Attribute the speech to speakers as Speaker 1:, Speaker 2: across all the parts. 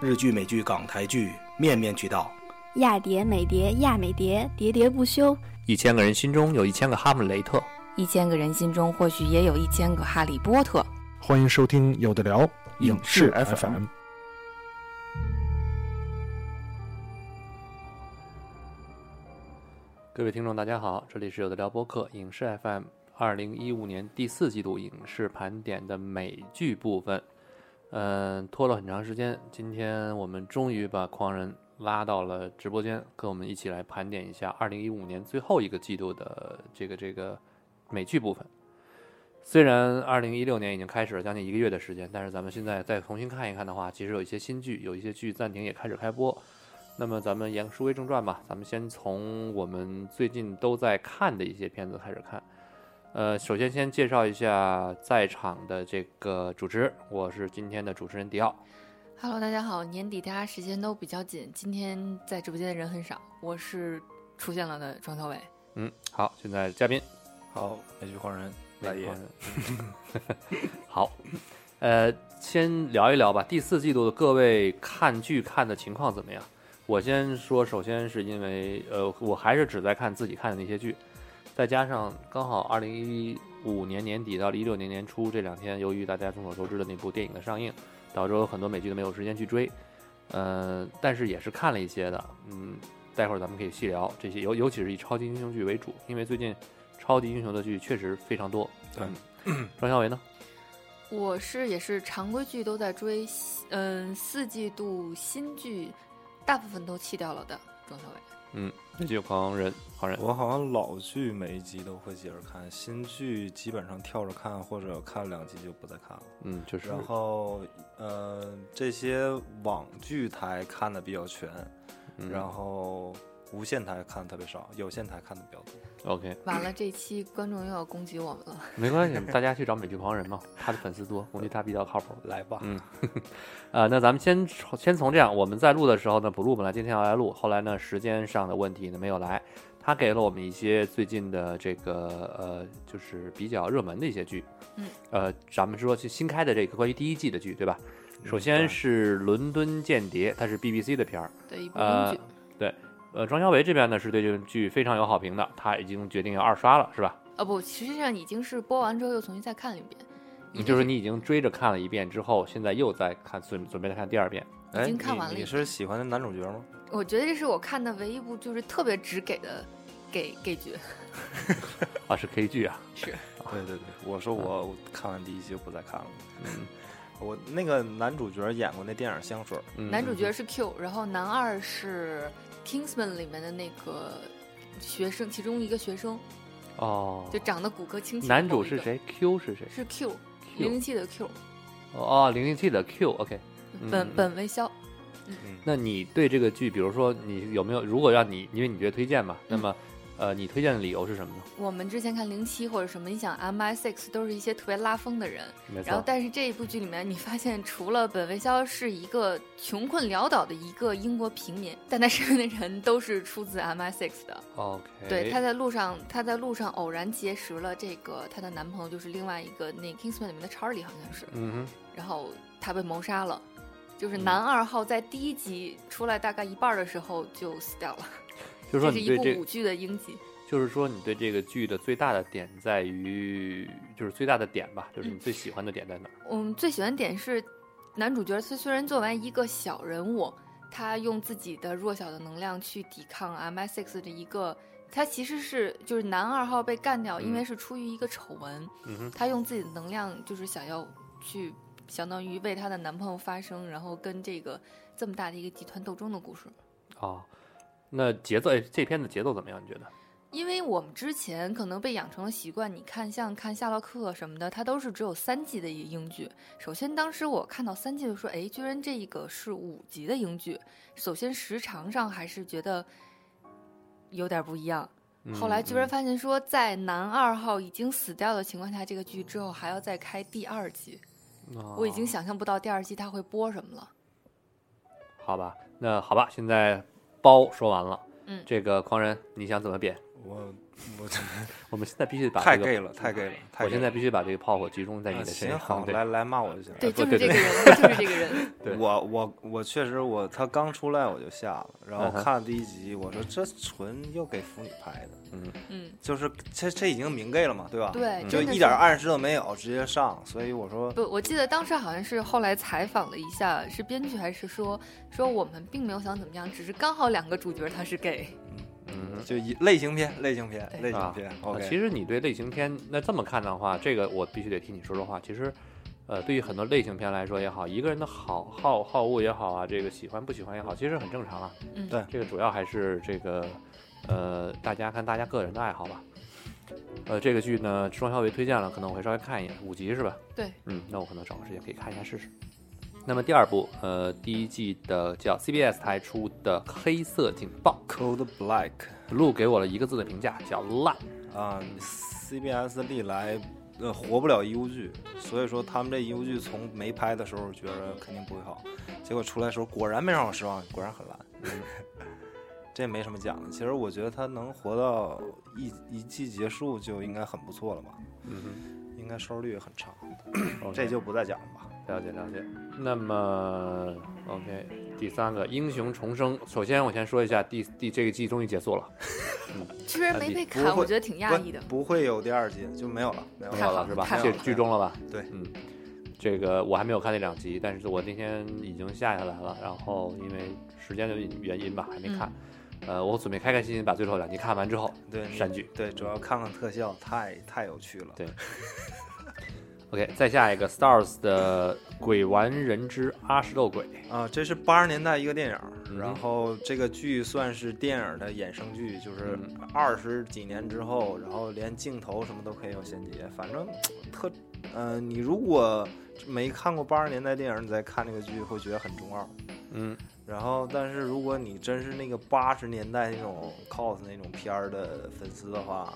Speaker 1: 日剧、美剧、港台剧面面俱到。
Speaker 2: 亚蝶、美蝶、亚美蝶，喋喋不休。
Speaker 3: 一千个人心中有一千个哈姆雷特。
Speaker 4: 一千个人心中或许也有一千个哈利波特。
Speaker 5: 欢迎收听《有的聊》影视 FM。
Speaker 3: 各位听众，大家好，这里是有的聊播客影视 FM，二零一五年第四季度影视盘点的美剧部分。嗯，拖了很长时间，今天我们终于把狂人拉到了直播间，跟我们一起来盘点一下二零一五年最后一个季度的这个这个美剧部分。虽然二零一六年已经开始了将近一个月的时间，但是咱们现在再重新看一看的话，其实有一些新剧，有一些剧暂停也开始开播。那么咱们言书归正传吧，咱们先从我们最近都在看的一些片子开始看。呃，首先先介绍一下在场的这个主持，我是今天的主持人迪奥。
Speaker 6: Hello，大家好，年底大家时间都比较紧，今天在直播间的人很少，我是出现了的庄小伟。
Speaker 3: 嗯，好，现在嘉宾
Speaker 7: 好，美剧狂人
Speaker 3: 来
Speaker 7: 来也，
Speaker 3: 好，呃，先聊一聊吧。第四季度的各位看剧看的情况怎么样？我先说，首先是因为呃，我还是只在看自己看的那些剧，再加上刚好二零一五年年底到一六年年初这两天，由于大家众所周知的那部电影的上映，导致有很多美剧都没有时间去追。呃，但是也是看了一些的，嗯，待会儿咱们可以细聊这些，尤尤其是以超级英雄剧为主，因为最近超级英雄的剧确实非常多。
Speaker 7: 对
Speaker 3: 嗯，庄小伟呢？
Speaker 6: 我是也是常规剧都在追新，嗯，四季度新剧大部分都弃掉了的。庄小伟，
Speaker 3: 美剧狂人，狂人，
Speaker 7: 我好像老剧每一集都会接着看，新剧基本上跳着看或者看两集就不再看了。
Speaker 3: 嗯，就是
Speaker 7: 然后，呃，这些网剧台看的比较全，
Speaker 3: 嗯
Speaker 7: 然后无线台看的特别少，有线台看的比较多。
Speaker 3: OK，
Speaker 6: 完了，这期观众又要攻击我们 了。
Speaker 3: 没关系，大家去找美剧狂人嘛，他的粉丝多，我觉得他比较靠谱。
Speaker 7: 来吧，
Speaker 3: 嗯啊，那咱们先从先从这样，我们在录的时候呢，补录本来今天要来录，后来呢时间上的问题呢没有来，他给了我们一些最近的这个呃，就是比较热门的一些剧，
Speaker 6: 嗯，
Speaker 3: 呃，咱们说是新开的这个关于第一季的剧，对吧？首
Speaker 7: 嗯对
Speaker 3: 先是《伦敦间谍》，它是 BBC 的片儿，
Speaker 6: 对，一部
Speaker 3: 呃
Speaker 6: 英剧，
Speaker 3: 呃，庄小维这边呢是对这个剧非常有好评的，他已经决定要二刷了，是吧？
Speaker 6: 哦不，实际上已经是播完之后又重新再看了一遍，已
Speaker 3: 嗯
Speaker 6: 经
Speaker 3: 就是你已经追着看了一遍之后，现在又在看，准准备再看第二遍。
Speaker 7: 哎，
Speaker 6: 经看完了
Speaker 7: 你
Speaker 6: 已
Speaker 7: 你
Speaker 6: 经
Speaker 7: 是喜欢的男主角吗？
Speaker 6: 我觉得这是我看的唯一一部就是特别直给的给给剧。
Speaker 3: 啊，是 K 剧啊，
Speaker 7: 对对对，我说我我看完第一集就不再看了。
Speaker 3: 嗯
Speaker 7: 我那个男主角演过那电影《香水》，
Speaker 3: 嗯
Speaker 6: 男主角是 Q，然后男二是 Kingsman 里面的那个学生，其中一个学生
Speaker 3: 哦，
Speaker 6: 就长得骨骼清奇。
Speaker 3: 男主是？谁？Q 是谁
Speaker 6: 是 Q，零
Speaker 3: ？Q
Speaker 6: 零七的 Q，
Speaker 3: 哦，零零七的 Q，OK、嗯
Speaker 6: 本本为肖。
Speaker 7: 嗯
Speaker 3: 那你对这个剧，比如说你有没有，如果让你，因为你觉得推荐嘛，
Speaker 6: 嗯
Speaker 3: 那么呃，你推荐的理由是什么呢？
Speaker 6: 我们之前看零七或者什么，你想 MI6 都是一些特别拉风的人，
Speaker 3: 没
Speaker 6: 然后
Speaker 3: 错，
Speaker 6: 但是这一部剧里面，你发现除了本维肖是一个穷困潦倒的一个英国平民，但他身边的人都是出自 MI6 的。
Speaker 3: OK，
Speaker 6: 对，她在路上，她在路上偶然结识了这个她的男朋友，就是另外一个那 Kingsman 里面的查理好像是，
Speaker 3: 嗯
Speaker 6: 然后她被谋杀了。就是男二号在第一集出来大概一半儿的时候就死掉了，
Speaker 3: 哼，就是说
Speaker 6: 这是
Speaker 3: 你
Speaker 6: 一
Speaker 3: 对
Speaker 6: 部
Speaker 3: 这
Speaker 6: 舞剧的英集。
Speaker 3: 就是说你对这个剧的最大的点在于，就是最大的点吧，就是
Speaker 6: 嗯
Speaker 3: 你最喜欢的点在哪儿？
Speaker 6: 我们嗯最喜欢的点是，男主角虽虽然作为一个小人物，他用自己的弱小的能量去抵抗 MI6 的一个，他其实是就是男二号被干掉，因为
Speaker 3: 嗯
Speaker 6: 是出于一个丑闻，
Speaker 3: 嗯哼，
Speaker 6: 她用自己的能量，就是想要去相当于为她的男朋友发声，然后跟这个这么大的一个集团斗争的故事。
Speaker 3: 哦，那节奏，哎这片的节奏怎么样？你觉得？
Speaker 6: 因为我们之前可能被养成了习惯，你看像看夏洛克什么的，它都是只有三季的一个英剧。首先，当时我看到三季就说，哎，居然这一个是五集的英剧，首先时长上还是觉得有点不一样。
Speaker 3: 嗯
Speaker 6: 后来居然发现说，在男二号已经死掉的情况下，这个剧之后还要再开第二季。
Speaker 3: 嗯
Speaker 6: 我已经
Speaker 3: 想。
Speaker 6: 想象不到第二季他会播什么了。
Speaker 3: 好吧，那好吧，现在包说完了。
Speaker 6: 嗯
Speaker 3: 这个狂人，你想怎么贬？
Speaker 7: 我我
Speaker 3: 我们现在必须把
Speaker 7: 太
Speaker 3: 这个
Speaker 7: gay 了，太 gay 了，太 gay 了。
Speaker 3: 我现在必须把这个炮火集中在你
Speaker 7: 啊
Speaker 3: 的身
Speaker 7: 行
Speaker 3: 上。
Speaker 7: 好，
Speaker 3: 对
Speaker 7: 来来骂我就行了。
Speaker 6: 对，
Speaker 3: 不
Speaker 6: 就
Speaker 3: 对
Speaker 6: 是这个人，就是这个 人。嗯
Speaker 3: 对
Speaker 7: 我我我确实我他刚出来我就下了，然后
Speaker 3: 嗯哼
Speaker 7: 看了第一集，我说这纯又给腐女拍的，
Speaker 6: 嗯，
Speaker 7: 就是这这已经明 gay 了嘛，对吧？，
Speaker 6: 对，
Speaker 3: 嗯
Speaker 7: 嗯就
Speaker 6: 真的
Speaker 7: 一
Speaker 6: 是
Speaker 7: 点暗示都没有，直接上，所以我说
Speaker 6: 不，我记得当时好像是后来采访了一下，是编剧还是说说我们并没有想怎么样，只是刚好两个主角他是 gay，
Speaker 3: 嗯。
Speaker 7: 就一类型片，类型片，
Speaker 6: 对
Speaker 7: 类型
Speaker 3: 啊
Speaker 7: 片。
Speaker 3: 啊
Speaker 7: OK，
Speaker 3: 其实你对类型片，那这么看的话，这个我必须得替你说说话。其实，呃，对于很多类型片来说也好，一个人的好好好恶也好啊，这个喜欢不喜欢也好，其实很正常啊。
Speaker 6: 嗯
Speaker 7: 对
Speaker 3: 这个主要还是这个，呃，大家看大家个人的爱好吧。呃，这个剧呢，庄小伟推荐了，可能我会稍微看一眼，五集是吧？
Speaker 6: 对，
Speaker 3: 嗯，那我可能找个时间可以看一下试试。那么第二部，呃，第一季的叫 CBS 台出的《黑色警报
Speaker 7: Code Black》
Speaker 3: ，Blue 给我了一个字的评价，叫烂。
Speaker 7: 啊，CBS 历来呃活不了医务剧，所以说他们这医务剧从没拍的时候觉得肯定不会好，结果出来的时候果然没让我失望，果然很烂。 这没什么讲的，其实我觉得他能活到一一季结束就应该很不错了吧，
Speaker 3: 嗯
Speaker 7: 应该收视率也很长，
Speaker 3: 哼，
Speaker 7: 这就不再讲了吧。
Speaker 3: 了解了解。那么，OK，第三个英雄重生。首先，我先说一下，第第这个季终于结束了，
Speaker 6: 居然没被
Speaker 7: 呃不
Speaker 6: 砍，
Speaker 7: 会
Speaker 6: 我觉得挺
Speaker 7: 不
Speaker 6: 讶异的。
Speaker 7: 不会有第二季就没有了，没有
Speaker 3: 没
Speaker 6: 太
Speaker 3: 有
Speaker 6: 好
Speaker 3: 了
Speaker 6: 了
Speaker 3: 是吧
Speaker 6: 太？好
Speaker 3: 这
Speaker 6: 了
Speaker 3: 剧终了吧？
Speaker 7: 对
Speaker 3: 嗯，这个我还没有看那两集，但是我那天已经下下来了，然后因为时间的原因吧，还没看。呃，我准备开开心心把最后两集看完之后
Speaker 7: 对你
Speaker 3: 删剧。
Speaker 7: 对，主要看看特效，太太有趣了。
Speaker 3: 对 OK，再下一个 Stars 的《鬼玩人之阿石斗鬼》。
Speaker 7: 啊，这是八十年代一个电影儿，
Speaker 3: 嗯
Speaker 7: 然后这个剧算是电影儿的衍生剧，就是二十几年之后，然后连镜头什么都可以有衔接，反正特，呃，你如果没看过八十年代电影儿，你再看这个剧会觉得很中二。
Speaker 3: 嗯，
Speaker 7: 然后，但是如果你真是那个八十年代那种 cos 那种片儿的粉丝的话，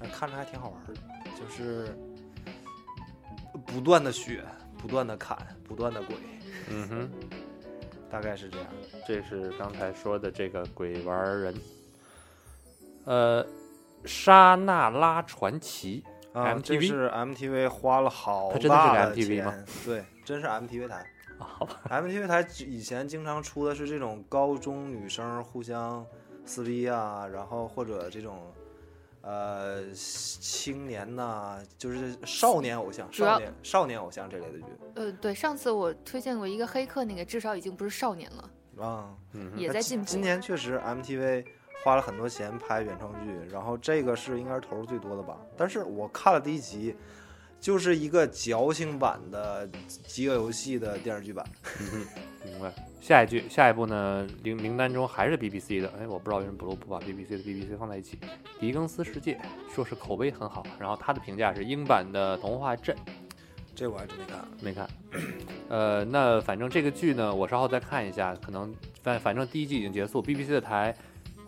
Speaker 7: 那看着还挺好玩儿的，就是不断的血，不断的砍，不断的鬼，
Speaker 3: 嗯哼。
Speaker 7: 大概是这样。
Speaker 3: 这是刚才说的这个鬼玩儿人，呃，莎娜拉传奇，
Speaker 7: 啊，这
Speaker 3: MTV
Speaker 7: 是 MTV 花了好
Speaker 3: 它真的是
Speaker 7: 大的
Speaker 3: MTV
Speaker 7: 钱，
Speaker 3: 吗 哦
Speaker 7: 对，真是 MTV 台。
Speaker 3: 好 吧，
Speaker 7: MTV 台以前经常出的是这种高中女生互相撕逼啊，然后或者这种呃青年呐、就是少年偶像、
Speaker 6: 主要
Speaker 7: 少年少年偶像这类的剧
Speaker 6: 呃，对，上次我推荐过一个黑客，那个至少已经不是少年了，
Speaker 7: 啊。
Speaker 3: 嗯哼，
Speaker 6: 也在
Speaker 7: 那
Speaker 6: 进步。
Speaker 7: 今年确实 MTV 花了很多钱拍原创剧，然后这个是应该是投入最多的吧。但是我看了第一集，就是一个矫情版的《饥饿游戏》的电视剧版。
Speaker 3: 明白。下一句，下一步呢？名名单中还是 BBC 的，哎，我不知道为什么 Blue 不把 BBC 的 BBC 放在一起。狄更斯世界说是口碑很好，然后他的评价是英版的童话镇，
Speaker 7: 这我还真没看。
Speaker 3: 没看。呃，那反正这个剧呢，我稍后再看一下，可能反反正第一季已经结束，BBC 的台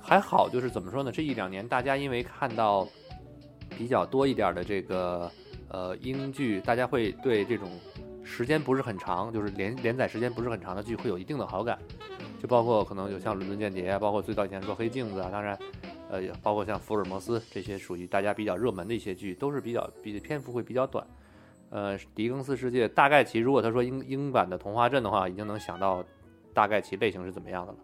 Speaker 3: 还好，就是怎么说呢？这一两年大家因为看到比较多一点的这个呃英剧，大家会对这种时间不是很长，就是连连载时间不是很长的剧会有一定的好感，就包括可能有像《伦敦间谍》啊，包括最早以前说《黑镜子》啊，当然。呃，也包括像福尔摩斯这些属于大家比较热门的一些剧，都是比较比篇幅会比较短，呃，狄更斯世界大概其如果他说英英版的童话镇的话，已经能想到大概其类型是怎么样的了。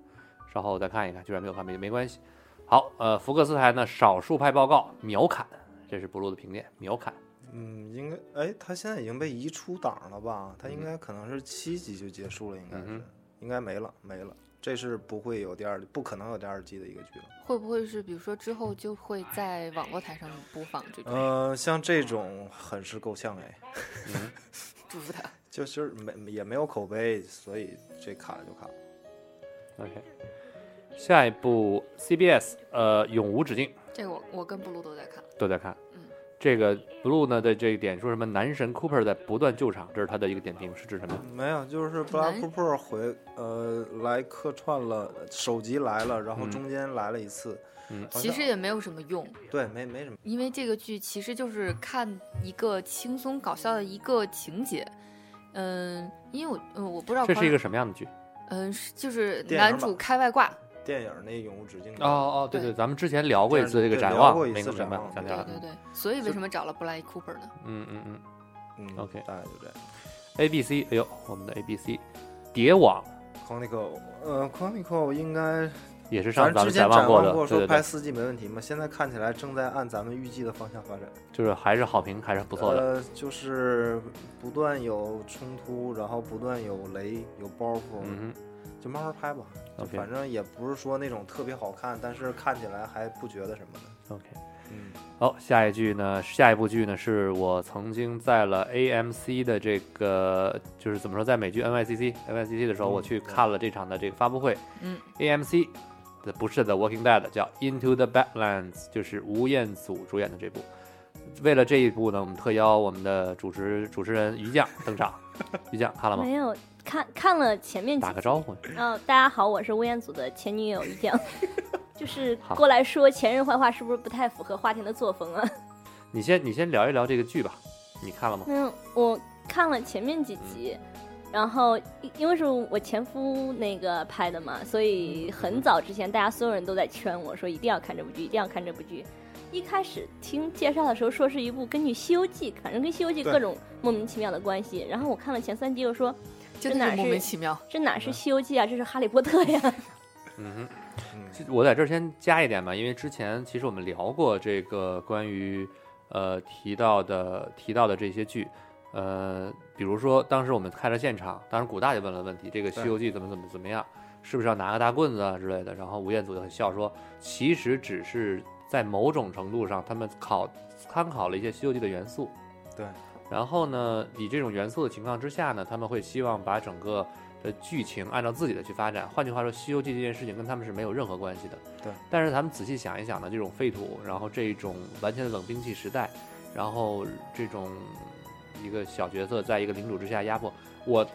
Speaker 3: 稍后再看一看，居然没有看没没关系。好，呃，福克斯台呢，少数派报告秒砍，这是 blue 的评点，秒砍。
Speaker 7: 嗯，应该哎，它现在已经被移出档了吧？它应该可能是七集就结束了，应该是，
Speaker 3: 嗯哼
Speaker 7: 应该没了，没了。这是不会有第二，不可能有第二季的一个剧了。
Speaker 6: 会不会是比如说之后就会在网络台上播放这种？
Speaker 7: 呃，像这种很是够呛哎，
Speaker 3: 嗯
Speaker 6: 祝福他。
Speaker 7: 就是没也没有口碑，所以这卡了就卡了。
Speaker 3: OK，下一部 CBS 呃永无止境
Speaker 6: 这个我我跟布鲁都在看，
Speaker 3: 都在看
Speaker 6: 嗯。
Speaker 3: 这个 blue 呢的这一点说什么男神 Cooper 在不断救场，这是他的一个点评，是指什么？
Speaker 7: 没有，就是布拉
Speaker 6: 难
Speaker 7: 库珀回呃来客串了，首集来了，然后
Speaker 3: 嗯
Speaker 7: 中间来了一次，
Speaker 3: 嗯
Speaker 7: 好像
Speaker 6: 其实也没有什么用，
Speaker 7: 对，没没什么，
Speaker 6: 因为这个剧其实就是看一个轻松搞笑的一个情节。嗯，因为我嗯我不知道
Speaker 3: 这是一个
Speaker 6: 观
Speaker 3: 什么样的剧？
Speaker 6: 嗯是就是
Speaker 7: 电影
Speaker 6: 男
Speaker 7: 吧
Speaker 6: 主开外挂，
Speaker 7: 电影那永无止境的
Speaker 3: 哦哦，对对，咱们之前聊过一次这个
Speaker 7: 对
Speaker 3: 展
Speaker 7: 聊
Speaker 3: 望，
Speaker 7: 过一
Speaker 3: 那个
Speaker 7: 次
Speaker 3: 展
Speaker 7: 展
Speaker 3: 望，
Speaker 7: 望
Speaker 3: 想起来
Speaker 6: 对
Speaker 3: 了，
Speaker 6: 对对，所以为什么找了布莱克·库珀呢？
Speaker 3: 嗯嗯嗯
Speaker 7: 嗯
Speaker 3: OK
Speaker 7: 大概就这样。
Speaker 3: ，A B C，哎呦，我们的 A B C，蝶网
Speaker 7: Chronicle，呃，Chronicle 应该
Speaker 3: 也是上
Speaker 7: 咱
Speaker 3: 次咱
Speaker 7: 之
Speaker 3: 们
Speaker 7: 前
Speaker 3: 展
Speaker 7: 展
Speaker 3: 过的，
Speaker 7: 过，
Speaker 3: 对
Speaker 7: 说
Speaker 3: 对
Speaker 7: 拍
Speaker 3: 对，
Speaker 7: 四季没问题嘛，现在看起来正在按咱们预计的方向发展，
Speaker 3: 就是还是好评还是不错的，
Speaker 7: 呃，就是不断有冲突，然后不断有雷，有包袱，
Speaker 3: 嗯
Speaker 7: 就慢慢拍吧。就
Speaker 3: OK
Speaker 7: 反正也不是说那种特别好看，但是看起来还不觉得什么的。
Speaker 3: 哼，OK。
Speaker 7: 嗯，
Speaker 3: 好，下一剧呢？下一部剧呢？是我曾经在了 AMC 的这个，就是怎么说，在美剧 NYCC NYCC 的时候，
Speaker 7: 嗯
Speaker 3: 我去
Speaker 7: 对
Speaker 3: 看了这场的这个发布会。
Speaker 6: 嗯
Speaker 3: ，AMC 的不是 The Walking Dead，叫 Into the Badlands，就是吴彦祖主演的这部。为了这一部呢，我们特邀我们的主持主持人于酱登场。于酱看了吗
Speaker 2: 没？有看看了前面几
Speaker 3: 打个招呼。
Speaker 2: 哦，大家好，我是吴彦祖的前女友一 酱，就是
Speaker 3: 好
Speaker 2: 过来说前任坏话是不是不太符合花田的作风啊？
Speaker 3: 你先你先聊一聊这个剧吧。你看了吗？
Speaker 2: 嗯，我看了前面几集，
Speaker 3: 嗯
Speaker 2: 然后因因为是我前夫那个拍的嘛，所以很
Speaker 3: 嗯
Speaker 2: 早之前大家所有人都在劝我说一定要看这部剧，一定要看这部剧。一开始听介绍的时候说是一部根据《西游记》，反正跟《西游记》
Speaker 7: 对
Speaker 2: 各种莫名其妙的关系。然后我看了前三集，又说
Speaker 6: 真
Speaker 2: 哪
Speaker 6: 的是莫
Speaker 2: 是
Speaker 6: 名其妙。
Speaker 2: 这哪是《西游记》啊，这是《哈利波特》呀。
Speaker 3: 嗯哼。
Speaker 7: 嗯
Speaker 3: 这我在这儿先加一点吧，因为之前其实我们聊过这个关于呃提到的提到的这些剧，呃，比如说当时我们看着现场，当时古大爷问了问题，这个《西游记》怎么怎么怎么样，是不是要拿个大棍子啊之类的？然后吴彦祖就很笑说，其实只是在某种程度上，他们考参考了一些《西游记》的元素，
Speaker 7: 对。
Speaker 3: 然后呢，以这种元素的情况之下呢，他们会希望把整个的剧情按照自己的去发展。换句话说，《西游记》这件事情跟他们是没有任何关系的。
Speaker 7: 对。
Speaker 3: 但是咱们仔细想一想呢，这种废土，然后这种完全的冷兵器时代，然后这种一个小角色在一个领主之下压迫，我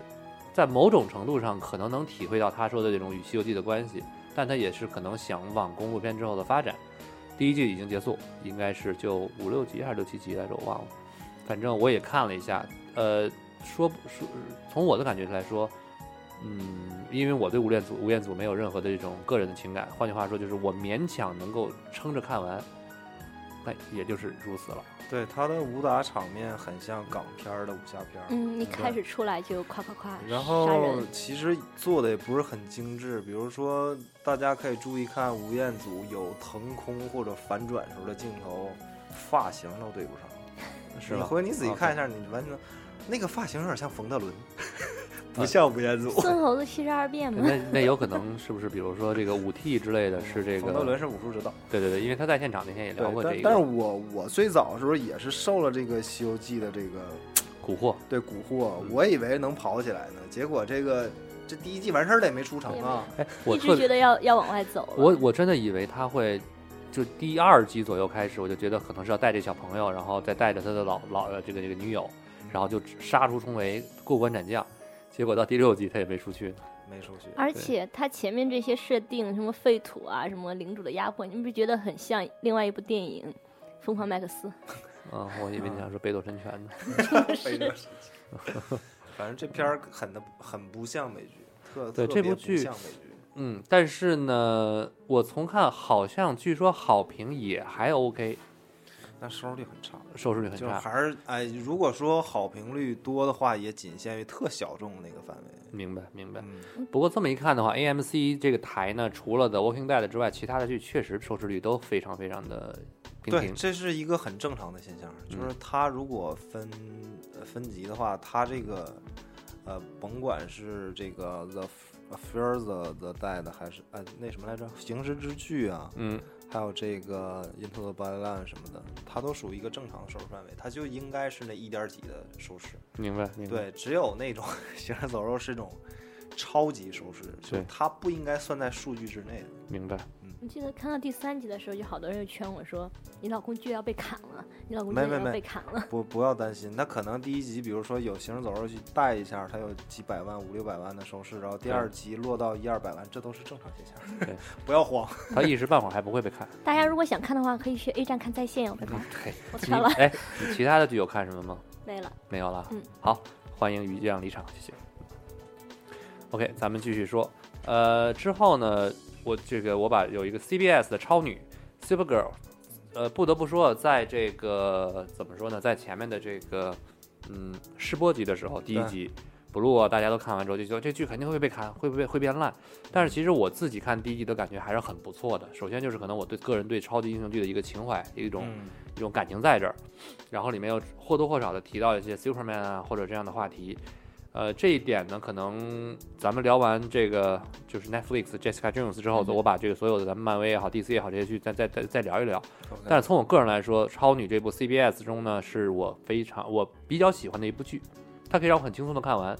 Speaker 3: 在某种程度上可能能体会到他说的这种与《西游记》的关系，但他也是可能想往公路片之后的发展。第一季已经结束，应该是就五六集还是六七集来着，我忘了。反正我也看了一下，呃，说说从我的感觉来说，嗯，因为我对吴彦祖吴彦祖没有任何的这种个人的情感，换句话说，就是我勉强能够撑着看完，但也就是如此了。
Speaker 7: 对，他的武打场面很像港片儿的武侠片儿。
Speaker 2: 嗯，一开始出来就夸夸夸，
Speaker 7: 然
Speaker 2: 杀
Speaker 7: 后
Speaker 2: 人。
Speaker 7: 其实做的也不是很精致，比如说大家可以注意看吴彦祖有腾空或者反转时候的镜头，发型都对不上，
Speaker 3: 是
Speaker 7: 你
Speaker 3: 吧
Speaker 7: 回头你仔细看一下，你完全那个发型有点像冯德伦，
Speaker 3: 啊
Speaker 7: 不像吴彦祖。
Speaker 2: 孙猴子七十二变嘛，
Speaker 3: 那那有可能是不是，比如说这个五 T 之类的，是这
Speaker 7: 冯德伦
Speaker 3: 个？
Speaker 7: 是武术指导，
Speaker 3: 对对对，因为他在现场那天也聊过这
Speaker 7: 但
Speaker 3: 个
Speaker 7: 但是我我最早的时候也是受了这个《西游记》的这个
Speaker 3: 蛊惑，
Speaker 7: 对蛊惑
Speaker 3: 嗯，
Speaker 7: 我以为能跑起来呢，结果这个这第一季完事儿了也没出成啊，
Speaker 3: 哎，我
Speaker 2: 一
Speaker 3: 特
Speaker 2: 直觉
Speaker 3: 别，
Speaker 2: 得要要往外走了。
Speaker 3: 我我真的以为他会。就第二季左右开始，我就觉得可能是要带这小朋友，然后再带着他的老老呃这个这个女友，然后就杀出重围，过关斩将。结果到第六季他也没出去，
Speaker 7: 没出去。
Speaker 2: 而且它前面这些设定，什么废土啊，什么领主的压迫，你们不觉得很像另外一部电影《疯狂麦克斯》？
Speaker 3: 嗯，我以为你想说北斗神拳呢。
Speaker 7: 非常神奇。 反正这片儿很的很不像美剧，特
Speaker 3: 对
Speaker 7: 特
Speaker 3: 这
Speaker 7: 别
Speaker 3: 部
Speaker 7: 不
Speaker 3: 剧
Speaker 7: 像美剧。
Speaker 3: 嗯，但是呢，我从看好像据说好评也还 OK，
Speaker 7: 但收视率很差，
Speaker 3: 收视率很
Speaker 7: 就
Speaker 3: 差。
Speaker 7: 还是哎，如果说好评率多的话，也仅限于特小众那个范围。
Speaker 3: 明白，明白。
Speaker 7: 嗯，
Speaker 3: 不过这么一看的话，AMC 这个台呢，除了 The Walking Dead 之外，其他的剧确实收视率都非常非常的平
Speaker 7: 对，
Speaker 3: 平。
Speaker 7: 这是一个很正常的现象，就是
Speaker 3: 嗯
Speaker 7: 它如果分呃分级的话，它这个呃，甭管是这个 The Fear the the Dead 还是呃那什么来着，行尸之躯啊，
Speaker 3: 嗯，
Speaker 7: 还有这个 Into the Badland 什么的，它都属于一个正常的收视范围，它就应该是那一点几的收视。
Speaker 3: 明白，明白。
Speaker 7: 对，只有那种 行尸走肉是种超级收视，就
Speaker 3: 对
Speaker 7: 是它不应该算在数据之内的。
Speaker 3: 明白。
Speaker 2: 我记得看到第三集的时候，就好多人就劝我说：“你老公就要被砍了，你老公就
Speaker 7: 没没
Speaker 2: 要
Speaker 7: 没
Speaker 2: 被砍了。
Speaker 7: 不不要担心，它可能第一集，比如说有行尸走肉去带一下，它有几百万、五六百万的收视，然后第二集落到一二百万，这都是正常现
Speaker 3: 对
Speaker 7: 象。 不要慌，
Speaker 3: 他一时半会儿还不会被看。嗯
Speaker 2: 大家如果想看的话，可以去 A 站看在线哦，拜
Speaker 7: 嗯
Speaker 2: 拜。
Speaker 3: 对，
Speaker 2: 我
Speaker 3: 你
Speaker 2: 看了，
Speaker 3: 哎，你其他的剧有看什么吗？
Speaker 2: 没了。
Speaker 3: 没有了。
Speaker 2: 嗯，
Speaker 3: 好，欢迎于酱离场，谢谢。OK，咱们继续说。呃，之后呢，我这个我把有一个 CBS 的超女 Supergirl，呃，不得不说，在这个怎么说呢，在前面的这个嗯试播集的时候，第一
Speaker 7: 对
Speaker 3: 集 Blue 啊大家都看完之后就觉得这剧肯定会被砍，会不会会变烂？但是其实我自己看第一集的感觉还是很不错的。首先就是可能我对个人对超级英雄剧的一个情怀，一种、
Speaker 7: 嗯，
Speaker 3: 一种感情在这儿，然后里面又或多或少的提到一些 Superman 啊或者这样的话题，呃，这一点呢，可能咱们聊完这个就是 Netflix Jessica Jones 之后，
Speaker 2: 嗯哼
Speaker 3: 我把这个所有的咱们漫威也好、DC 也好这些剧再再再再聊一聊。但是从我个人来说，《超女》这部 CBS 中呢，是我非常我比较喜欢的一部剧，它可以让我很轻松的看完，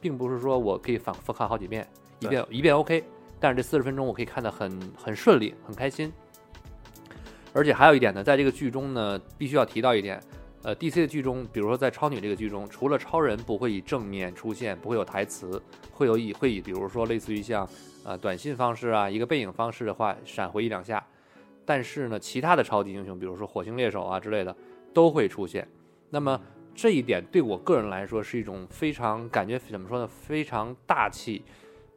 Speaker 3: 并不是说我可以反复看好几遍，一遍一遍 OK，但是这四十分钟我可以看得很很顺利，很开心。而且还有一点呢，在这个剧中呢，必须要提到一点，呃，DC 的剧中，比如说在超女这个剧中，除了超人不会以正面出现，不会有台词，会有以会以比如说类似于像呃短信方式啊，一个背影方式的话，闪回一两下，但是呢，其他的超级英雄，比如说火星猎手啊之类的，都会出现。那么这一点对我个人来说是一种非常感觉怎么说呢，非常大气，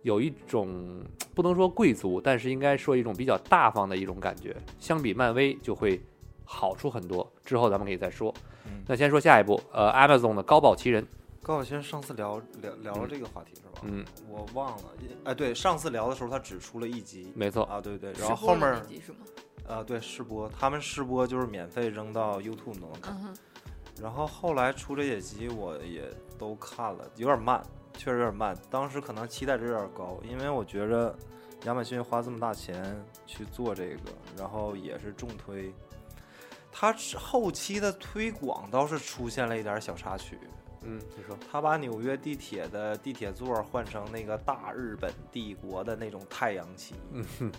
Speaker 3: 有一种不能说贵族，但是应该说一种比较大方的一种感觉。相比漫威就会好处很多，之后咱们可以再说。
Speaker 7: 嗯
Speaker 3: 那先说下一步，呃，Amazon 的《高保奇人》，
Speaker 7: 高晓轩上次聊聊聊了这个话题是吧？
Speaker 3: 嗯，
Speaker 7: 我忘了，因哎，对，上次聊的时候他只出了一集。
Speaker 3: 没错，
Speaker 7: 啊，对对，
Speaker 6: 试
Speaker 7: 然后
Speaker 6: 播
Speaker 7: 后
Speaker 6: 了
Speaker 7: 面
Speaker 6: 几集是吗？
Speaker 7: 啊，对试播，他们试播就是免费扔到 YouTube 能看，
Speaker 6: 嗯哼，
Speaker 7: 然后后来出这些集我也都看了，有点慢，确实有点慢。当时可能期待值有点高，因为我觉着亚马逊花这么大钱去做这个，然后也是重推。它是后期的推广倒是出现了一点小插曲，
Speaker 3: 嗯，你说，
Speaker 7: 他把纽约地铁的地铁座换成那个大日本帝国的那种太阳旗，
Speaker 3: 嗯哼，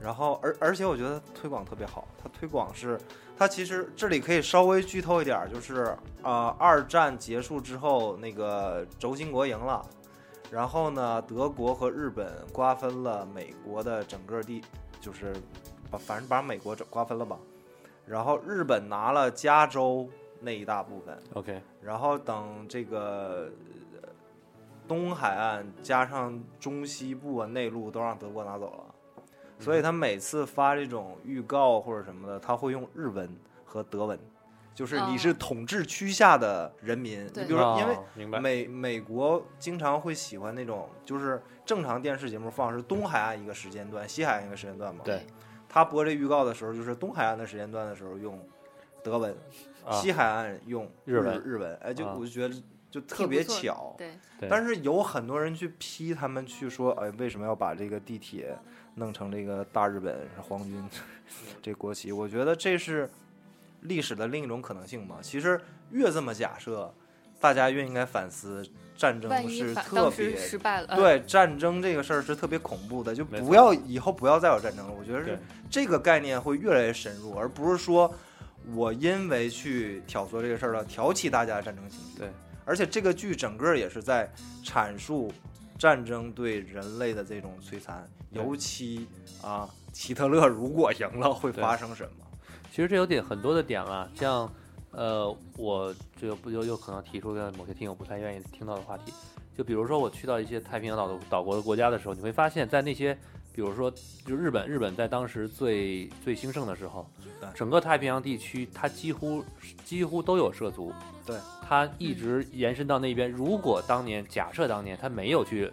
Speaker 7: 然后而而且我觉得推广特别好，它推广是它其实这里可以稍微剧透一点儿，就是呃二战结束之后，那个轴心国赢了，然后呢德国和日本瓜分了美国的整个地，就是把反正把美国整瓜分了吧，然后日本拿了加州那一大部分，
Speaker 3: OK，
Speaker 7: 然后等这个呃东海岸加上中西部啊内陆都让德国拿走了，所以他每次发这种预告或者什么的，他会用日文和德文，就是你是
Speaker 6: 哦
Speaker 7: 统治区下的人民，你
Speaker 6: 对
Speaker 7: 比如说因为
Speaker 3: 哦明白，
Speaker 7: 美美国经常会喜欢那种，就是正常电视节目放是东海岸一个时间段，西海岸一个时间段嘛。
Speaker 3: 对，
Speaker 7: 他播这预告的时候，就是东海岸的时间段的时候用德文，
Speaker 3: 啊
Speaker 7: 西海岸用
Speaker 3: 日文
Speaker 7: 日文，哎，就
Speaker 3: 啊
Speaker 7: 我就觉得就特
Speaker 6: 挺不
Speaker 7: 别
Speaker 6: 错的
Speaker 7: 巧。
Speaker 6: 对，
Speaker 3: 对
Speaker 7: 但是有很多人去批他们，去说，哎，为什么要把这个地铁弄成这个大日本皇军 这国旗？我觉得这是历史的另一种可能性嘛。其实越这么假设，大家越应该反思战争
Speaker 6: 万一
Speaker 7: 是
Speaker 6: 反
Speaker 7: 特
Speaker 6: 当时
Speaker 7: 别
Speaker 6: 失败了，呃，
Speaker 7: 对战争这个事儿是特别恐怖的，就
Speaker 3: 没错
Speaker 7: 不要以后不要再有战争了。我觉得
Speaker 3: 对
Speaker 7: 是这个概念会越来越深入，而不是说我因为去挑唆这个事儿了，挑起大家的战争情绪。
Speaker 3: 对，
Speaker 7: 而且这个剧整个也是在阐述战争对人类的这种摧残，
Speaker 3: 对
Speaker 7: 尤其啊，希特勒如果赢了会发生什么？
Speaker 3: 其实这有点很多的点了，像呃，我这个不有有可能提出的某些听友不太愿意听到的话题，就比如说我去到一些太平洋岛的岛国的国家的时候，你会发现在那些比如说就日本，日本在当时最最兴盛的时候
Speaker 7: 对，
Speaker 3: 整个太平洋地区它几乎几乎都有涉足，
Speaker 7: 对，
Speaker 3: 它一直延伸到那边。如果当年假设当年它没有去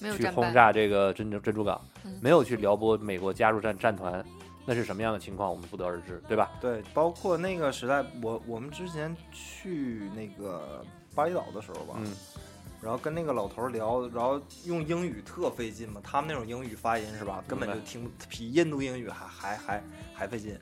Speaker 6: 没有
Speaker 3: 去
Speaker 6: 战
Speaker 3: 轰
Speaker 6: 败，
Speaker 3: 炸这个珍珠珍珠港
Speaker 6: 嗯，
Speaker 3: 没有去撩拨美国加入战战团，那是什么样的情况我们不得而知，对吧？
Speaker 7: 对，包括那个时代，我我们之前去那个巴厘岛的时候吧，
Speaker 3: 嗯，
Speaker 7: 然后跟那个老头儿聊，然后用英语特费劲嘛，他们那种英语发音是吧，根本就
Speaker 3: 明白
Speaker 7: 听不比印度英语还还还还费劲，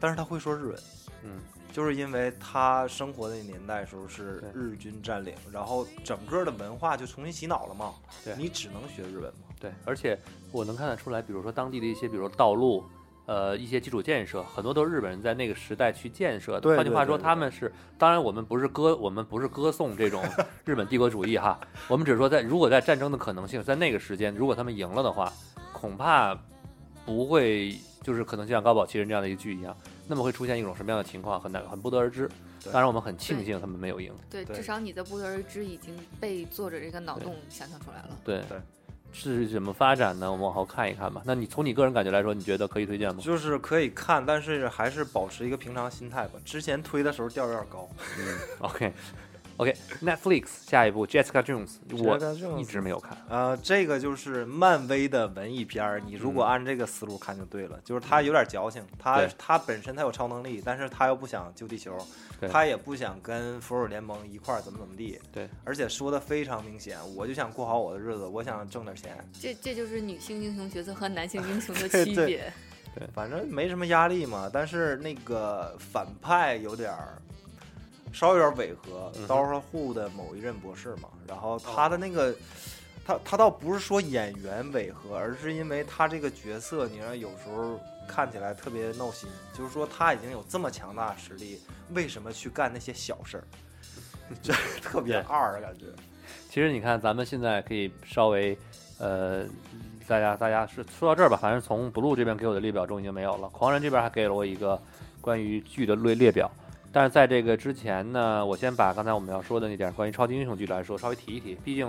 Speaker 7: 但是他会说日文，
Speaker 3: 嗯，
Speaker 7: 就是因为他生活的年代时候是
Speaker 3: 对
Speaker 7: 日军占领，然后整个的文化就重新洗脑了嘛，
Speaker 3: 对
Speaker 7: 你只能学日文嘛，
Speaker 3: 对，而且我能看得出来，比如说当地的一些，比如说道路，呃，一些基础建设，很多都是日本人在那个时代去建设的。
Speaker 7: 对
Speaker 3: 换句
Speaker 7: 对
Speaker 3: 话
Speaker 7: 对
Speaker 3: 说，
Speaker 7: 对
Speaker 3: 他们是，当然我们不是歌，我们不是歌颂这种日本帝国主义哈，我们只是说在如果在战争的可能性，在那个时间，如果他们赢了的话，恐怕不会，就是可能就像《高保奇人》这样的一个剧一样，那么会出现一种什么样的情况，很难很不得而知。
Speaker 7: 对
Speaker 3: 当然，我们很庆
Speaker 6: 对
Speaker 3: 幸他们没有赢。
Speaker 6: 对，
Speaker 7: 对
Speaker 6: 至少你的不得而知已经被作者这个脑
Speaker 3: 对
Speaker 6: 洞想象出来了。
Speaker 3: 对
Speaker 7: 对
Speaker 3: 是怎么发展呢？我们往后看一看吧。那你从你个人感觉来说，你觉得可以推荐吗？
Speaker 7: 就是可以看，但是还是保持一个平常心态吧。之前推的时候调有点高，
Speaker 3: 嗯 OK OK Netflix 下一部 Jessica Jones，我
Speaker 7: 我
Speaker 3: 一直没有看。
Speaker 7: 呃，这个就是漫威的文艺片儿，你如果按这个思路看就对了。就是他有点矫情，他
Speaker 3: 嗯对
Speaker 7: 他本身他有超能力，但是他又不想救地球
Speaker 3: 对，
Speaker 7: 他也不想跟复仇者联盟一块儿怎么怎么地。
Speaker 3: 对，
Speaker 7: 而且说的非常明显，我就想过好我的日子，我想挣点钱，
Speaker 6: 这这就是女性英雄角色和男性英雄的
Speaker 7: 对
Speaker 6: 区
Speaker 7: 对
Speaker 6: 别。
Speaker 7: 反正没什么压力嘛。但是那个反派有点儿。稍微有点违和
Speaker 3: 嗯哼，哦
Speaker 7: 刀上护的某一任博士嘛，然后他的那个，他他倒不是说演员违和，而是因为他这个角色，你让有时候看起来特别闹心，就是说他已经有这么强大的实力，为什么去干那些小事儿？ 这特别二的感觉。
Speaker 3: 其实你看，咱们现在可以稍微，呃，大家大家是说到这儿吧，反正从 blue 这边给我的列表中已经没有了，狂人这边还给了我一个关于剧的列列表。但是在这个之前呢，我先把刚才我们要说的那点关于超级英雄剧来说稍微提一提，毕竟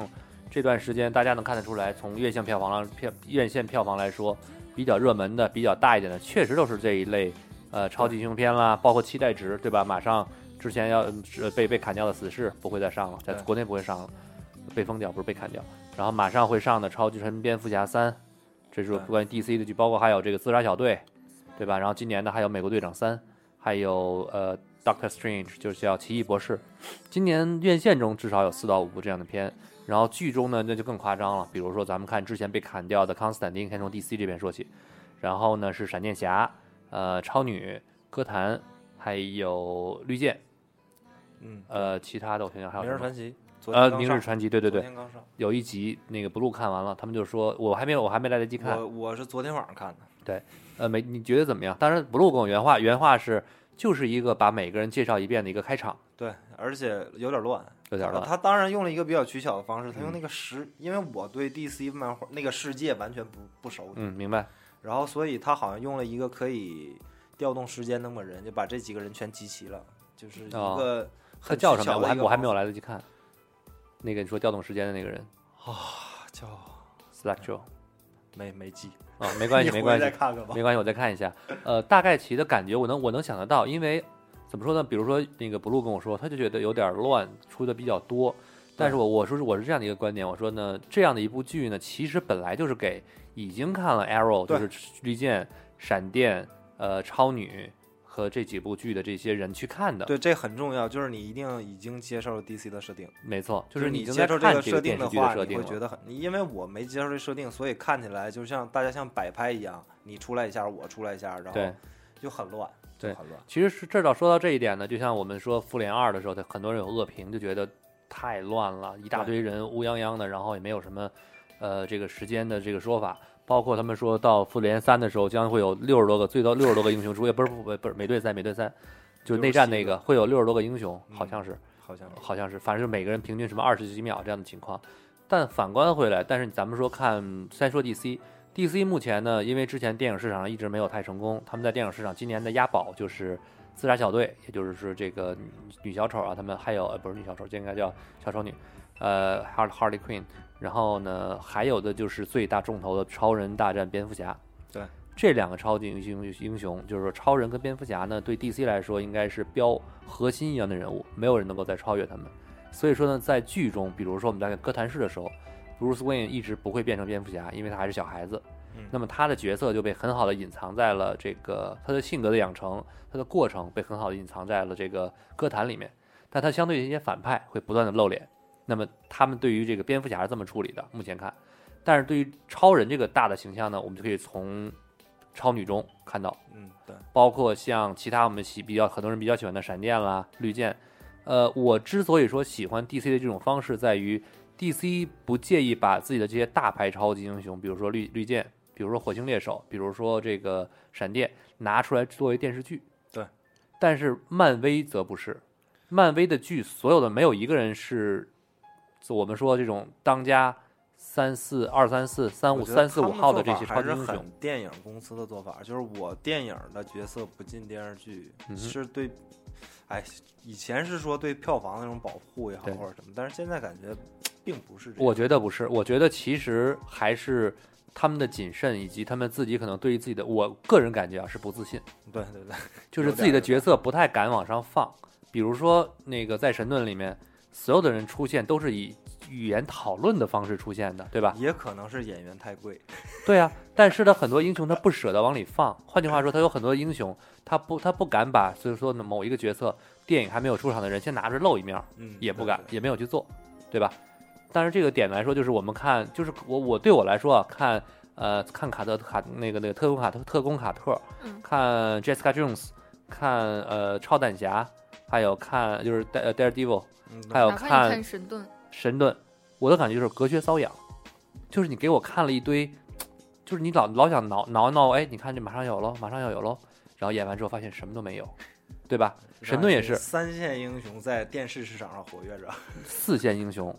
Speaker 3: 这段时间大家能看得出来，从院线票房上票院线票房来说，比较热门的、比较大一点的，确实都是这一类，呃，超级英雄片啦，包括期待值，对吧？马上之前要呃被被砍掉的死侍不会再上了，在
Speaker 7: 对
Speaker 3: 国内不会上了，被封掉不是被砍掉，然后马上会上的超级神蝙蝠侠三，这是
Speaker 7: 对
Speaker 3: 关于 DC 的剧，包括还有这个自杀小队，对吧？然后今年呢还有美国队长三，还有呃 Doctor Strange，就是叫奇异博士。今年院线中至少有四到五部这样的片，然后剧中呢那就更夸张了，比如说咱们看之前被砍掉的康斯坦丁，先从 DC 这边说起，然后呢是闪电侠、呃超女、歌坛，还有绿箭，
Speaker 7: 嗯，
Speaker 3: 呃其他的我想想还有
Speaker 7: 明日
Speaker 3: 什么
Speaker 7: 传？奇，昨天
Speaker 3: 呃，
Speaker 7: 刚
Speaker 3: 明
Speaker 7: 上
Speaker 3: 日传奇，对对
Speaker 7: 昨
Speaker 3: 对，
Speaker 7: 天刚上，
Speaker 3: 有一集那个 blue 看完了，他们就说我还没有，我还没来得及看，
Speaker 7: 我我是昨天晚上看的。
Speaker 3: 呃，没，你觉得怎么样？当然不录跟我原话，原话是就是一个把每个人介绍一遍的一个开场，
Speaker 7: 对，而且有点乱，
Speaker 3: 有点
Speaker 7: 然后
Speaker 3: 乱。
Speaker 7: 哦他当然用了一个比较取巧的方式，
Speaker 3: 嗯
Speaker 7: 他用那个时，因为我对 DC 漫画那个世界完全不不熟悉，
Speaker 3: 嗯，明白。
Speaker 7: 然后所以他好像用了一个可以调动时间那么个人，就把这几个人全集齐了，就是一
Speaker 3: 哦
Speaker 7: 个
Speaker 3: 他
Speaker 7: 很
Speaker 3: 叫
Speaker 7: 取
Speaker 3: 什么呀？
Speaker 7: 巧
Speaker 3: 我
Speaker 7: 的
Speaker 3: 还
Speaker 7: 一个
Speaker 3: 我还没有
Speaker 7: 方
Speaker 3: 来得及看。那个你说调动时间的那个人
Speaker 7: 法叫
Speaker 3: ，Selectro
Speaker 7: 没没记，
Speaker 3: 啊，没 关系，没
Speaker 7: 你回去
Speaker 3: 关系
Speaker 7: 再，看看吧。
Speaker 3: 没关系，我再看一下。呃，大概其的感觉我能我能想得到，因为怎么说呢？比如说那个 blue 跟我说，他就觉得有点乱，出的比较多。但是我我说是我是这样的一个观点，我说呢，这样的一部剧呢，其实本来就是给已经看了 Arrow，就
Speaker 7: 对
Speaker 3: 是绿箭、闪电、呃超女和这几部剧的这些人去看的。
Speaker 7: 对，这很重要，就是你一定已经接受了 DC 的设定，
Speaker 3: 没错，就
Speaker 7: 就是你
Speaker 3: 已经
Speaker 7: 接
Speaker 3: 在
Speaker 7: 受
Speaker 3: 看
Speaker 7: 这个
Speaker 3: 个
Speaker 7: 设定
Speaker 3: 电视剧
Speaker 7: 话，
Speaker 3: 的设定
Speaker 7: 你
Speaker 3: 了。
Speaker 7: 会觉得很，你因为我没接受这设定，所以看起来就像大家像摆拍一样，你出来一下，我出来一下，然
Speaker 3: 对
Speaker 7: 后，就很乱，就
Speaker 3: 对
Speaker 7: 很乱。
Speaker 3: 其实是这到说到这一点呢，就像我们说《复联二》的时候，他很多人有恶评，就觉得太乱了，一大堆人乌泱泱的，然后也没有什么呃这个时间的这个说法。包括他们说到《复联三》的时候，将会有六十多个，最多六十多个英雄出现，不是不是不是美队三，美队三就是内战那
Speaker 7: 67
Speaker 3: 个
Speaker 7: 个
Speaker 3: 会有六十多个英雄，
Speaker 7: 嗯
Speaker 3: 好像是
Speaker 7: 好像是
Speaker 3: 好像是，反正就每个人平均什么二十几秒这样的情况。但反观回来，但是咱们说看，先说 DC。DC 目前呢，因为之前电影市场上一直没有太成功，他们在电影市场今年的押宝就是《自杀小队》，也就是是这个女女小丑啊，他们还有呃不是女小丑，这应该叫小丑女，呃，Har- Harley Quinn。然后呢，还有的就是最大重头的超人大战蝙蝠侠。
Speaker 7: 对，
Speaker 3: 这两个超级英雄英雄，就是说超人跟蝙蝠侠呢，对 DC 来说应该是标核心一样的人物，没有人能够再超越他们。所以说呢，在剧中，比如说我们在哥谭市的时候，Bruce Wayne 一直不会变成蝙蝠侠，因为他还是小孩子。
Speaker 7: 嗯
Speaker 3: 那么他的角色就被很好的隐藏在了这个他的性格的养成，他的过程被很好的隐藏在了这个歌坛里面。但他相对于一些反派会不断的露脸。那么他们对于这个蝙蝠侠是这么处理的，目前看。但是对于超人这个大的形象呢，我们就可以从超女中看到，
Speaker 7: 嗯，对，
Speaker 3: 包括像其他我们喜比较很多人比较喜欢的闪电啦、绿箭，呃，我之所以说喜欢 DC 的这种方式，在于 DC 不介意把自己的这些大牌超级英雄，比如说绿绿箭，比如说火星猎手，比如说这个闪电，拿出来作为电视剧。
Speaker 7: 对，
Speaker 3: 但是漫威则不是，漫威的剧所有的没有一个人是我们说这种当家三四二三四三
Speaker 7: 我
Speaker 3: 五
Speaker 7: 觉得
Speaker 3: 三四
Speaker 7: 他
Speaker 3: 五
Speaker 7: 们
Speaker 3: 号的
Speaker 7: 做
Speaker 3: 这
Speaker 7: 法
Speaker 3: 些
Speaker 7: 还
Speaker 3: 超级
Speaker 7: 是
Speaker 3: 英雄
Speaker 7: 很。电影公司的做法，就是我电影的角色不进电视剧，
Speaker 3: 嗯哼
Speaker 7: 是对，哎，以前是说对票房那种保护也好
Speaker 3: 对
Speaker 7: 或者什么，但是现在感觉并不是这样。
Speaker 3: 我觉得不是，我觉得其实还是他们的谨慎，以及他们自己可能对于自己的，我个人感觉啊是不自信，
Speaker 7: 对对对，
Speaker 3: 就是自己的角色不太敢往上放。比如说那个在神盾里面，所有的人出现都是以语言讨论的方式出现的，对吧？
Speaker 7: 也可能是演员太贵。
Speaker 3: 对啊，但是他很多英雄他不舍得往里放。换句话说，他有很多英雄，他不他不敢把，所以说呢某一个角色电影还没有出场的人先拿出来露一面儿，
Speaker 7: 嗯，
Speaker 3: 也不
Speaker 7: 对
Speaker 3: 敢，
Speaker 7: 对
Speaker 3: 也没有去做，对吧？但是这个点来说，就是我们看，就是我我对我来说啊，看呃看卡特卡那个那个特工卡特特工卡特，
Speaker 6: 嗯
Speaker 3: 看 Jessica Jones，看呃超胆侠，还有看就是 Dare- 呃 Daredevil，
Speaker 7: 嗯
Speaker 3: 还有
Speaker 6: 哪怕你
Speaker 3: 看
Speaker 6: 看神盾，
Speaker 3: 神盾，我的感觉就是隔靴搔痒，就是你给我看了一堆，就是你老老想挠挠挠，哎，你看这马上有喽，马上要有喽，然后演完之后发现什么都没有，对吧？神盾也是
Speaker 7: 三线英雄在电视市场上 活跃着。
Speaker 3: 四线英雄，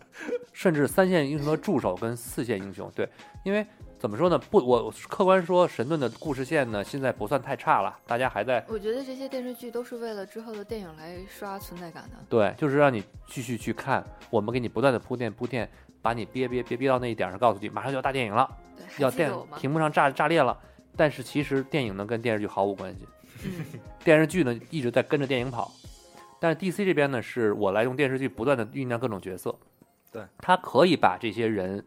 Speaker 3: 甚至三线英雄的助手跟四线英雄。对，因为怎么说呢？不，我客观说，神盾的故事线呢，现在不算太差了，大家还在
Speaker 6: 我觉得这些电视剧都是为了之后的电影来刷存在感的。
Speaker 3: 对，就是让你继续去看，我们给你不断的铺垫铺垫，把你憋憋憋憋到那一点上，告诉你马上就要大电影了，
Speaker 6: 对，还
Speaker 3: 要
Speaker 6: 记
Speaker 3: 电
Speaker 6: 得我吗？
Speaker 3: 屏幕上炸炸裂了。但是其实电影呢跟电视剧毫无关系，
Speaker 6: 嗯，
Speaker 3: 电视剧呢一直在跟着电影跑，但是 DC 这边呢，是我来用电视剧不断的酝酿各种角色，
Speaker 7: 对，
Speaker 3: 他可以把这些人，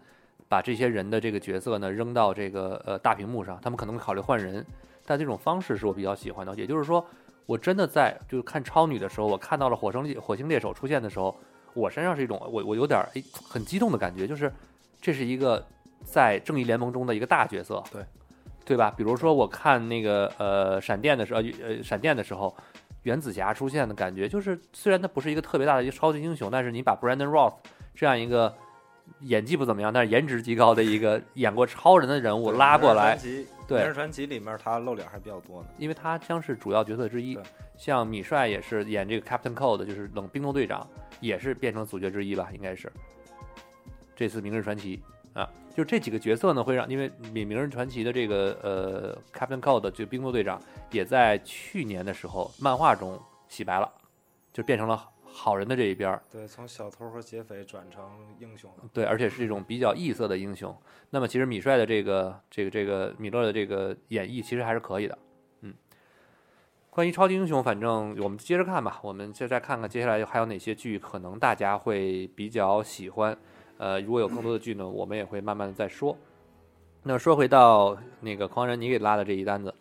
Speaker 3: 把这些人的这个角色呢扔到这个呃大屏幕上，他们可能会考虑换人，但这种方式是我比较喜欢的，也就是说，我真的在就是看超女的时候，我看到了火星猎火星猎手出现的时候，我身上是一种我我有点哎很激动的感觉，就是这是一个在正义联盟中的一个大角色，
Speaker 7: 对。
Speaker 3: 对吧？比如说，我看那个呃闪电的时候，呃闪电的时候，原子侠出现的感觉，就是虽然他不是一个特别大的一个超级英雄，但是你把 Brandon Roth 这样一个演技不怎么样，但是颜值极高的一个演过超人的人物
Speaker 7: 对
Speaker 3: 拉过
Speaker 7: 明日传
Speaker 3: 来，
Speaker 7: 奇
Speaker 3: 对
Speaker 7: 明日传奇里面他露脸还比较多呢。
Speaker 3: 因为他将是主要角色之一
Speaker 7: 对。
Speaker 3: 像米帅也是演这个 Captain Cold，就是冷冰冻队长，也是变成主角之一吧，应该是。这次《明日传奇》啊，就这几个角色呢，会让因为《明明日传奇》的这个呃 Captain Cold 就冰冻队长，也在去年的时候漫画中洗白了，就变成了好人的这一边儿。
Speaker 7: 对，从小偷和劫匪转成英雄了。
Speaker 3: 对，而且是一种比较异色的英雄。那么其实米帅的这个这个这个米勒的这个演绎其实还是可以的，嗯。关于超级英雄，反正我们接着看吧，我们接着再看看接下来还有哪些剧可能大家会比较喜欢。呃，如果有更多的剧呢，我们也会慢慢的再说。那说回到那个狂人你给拉的这一单子，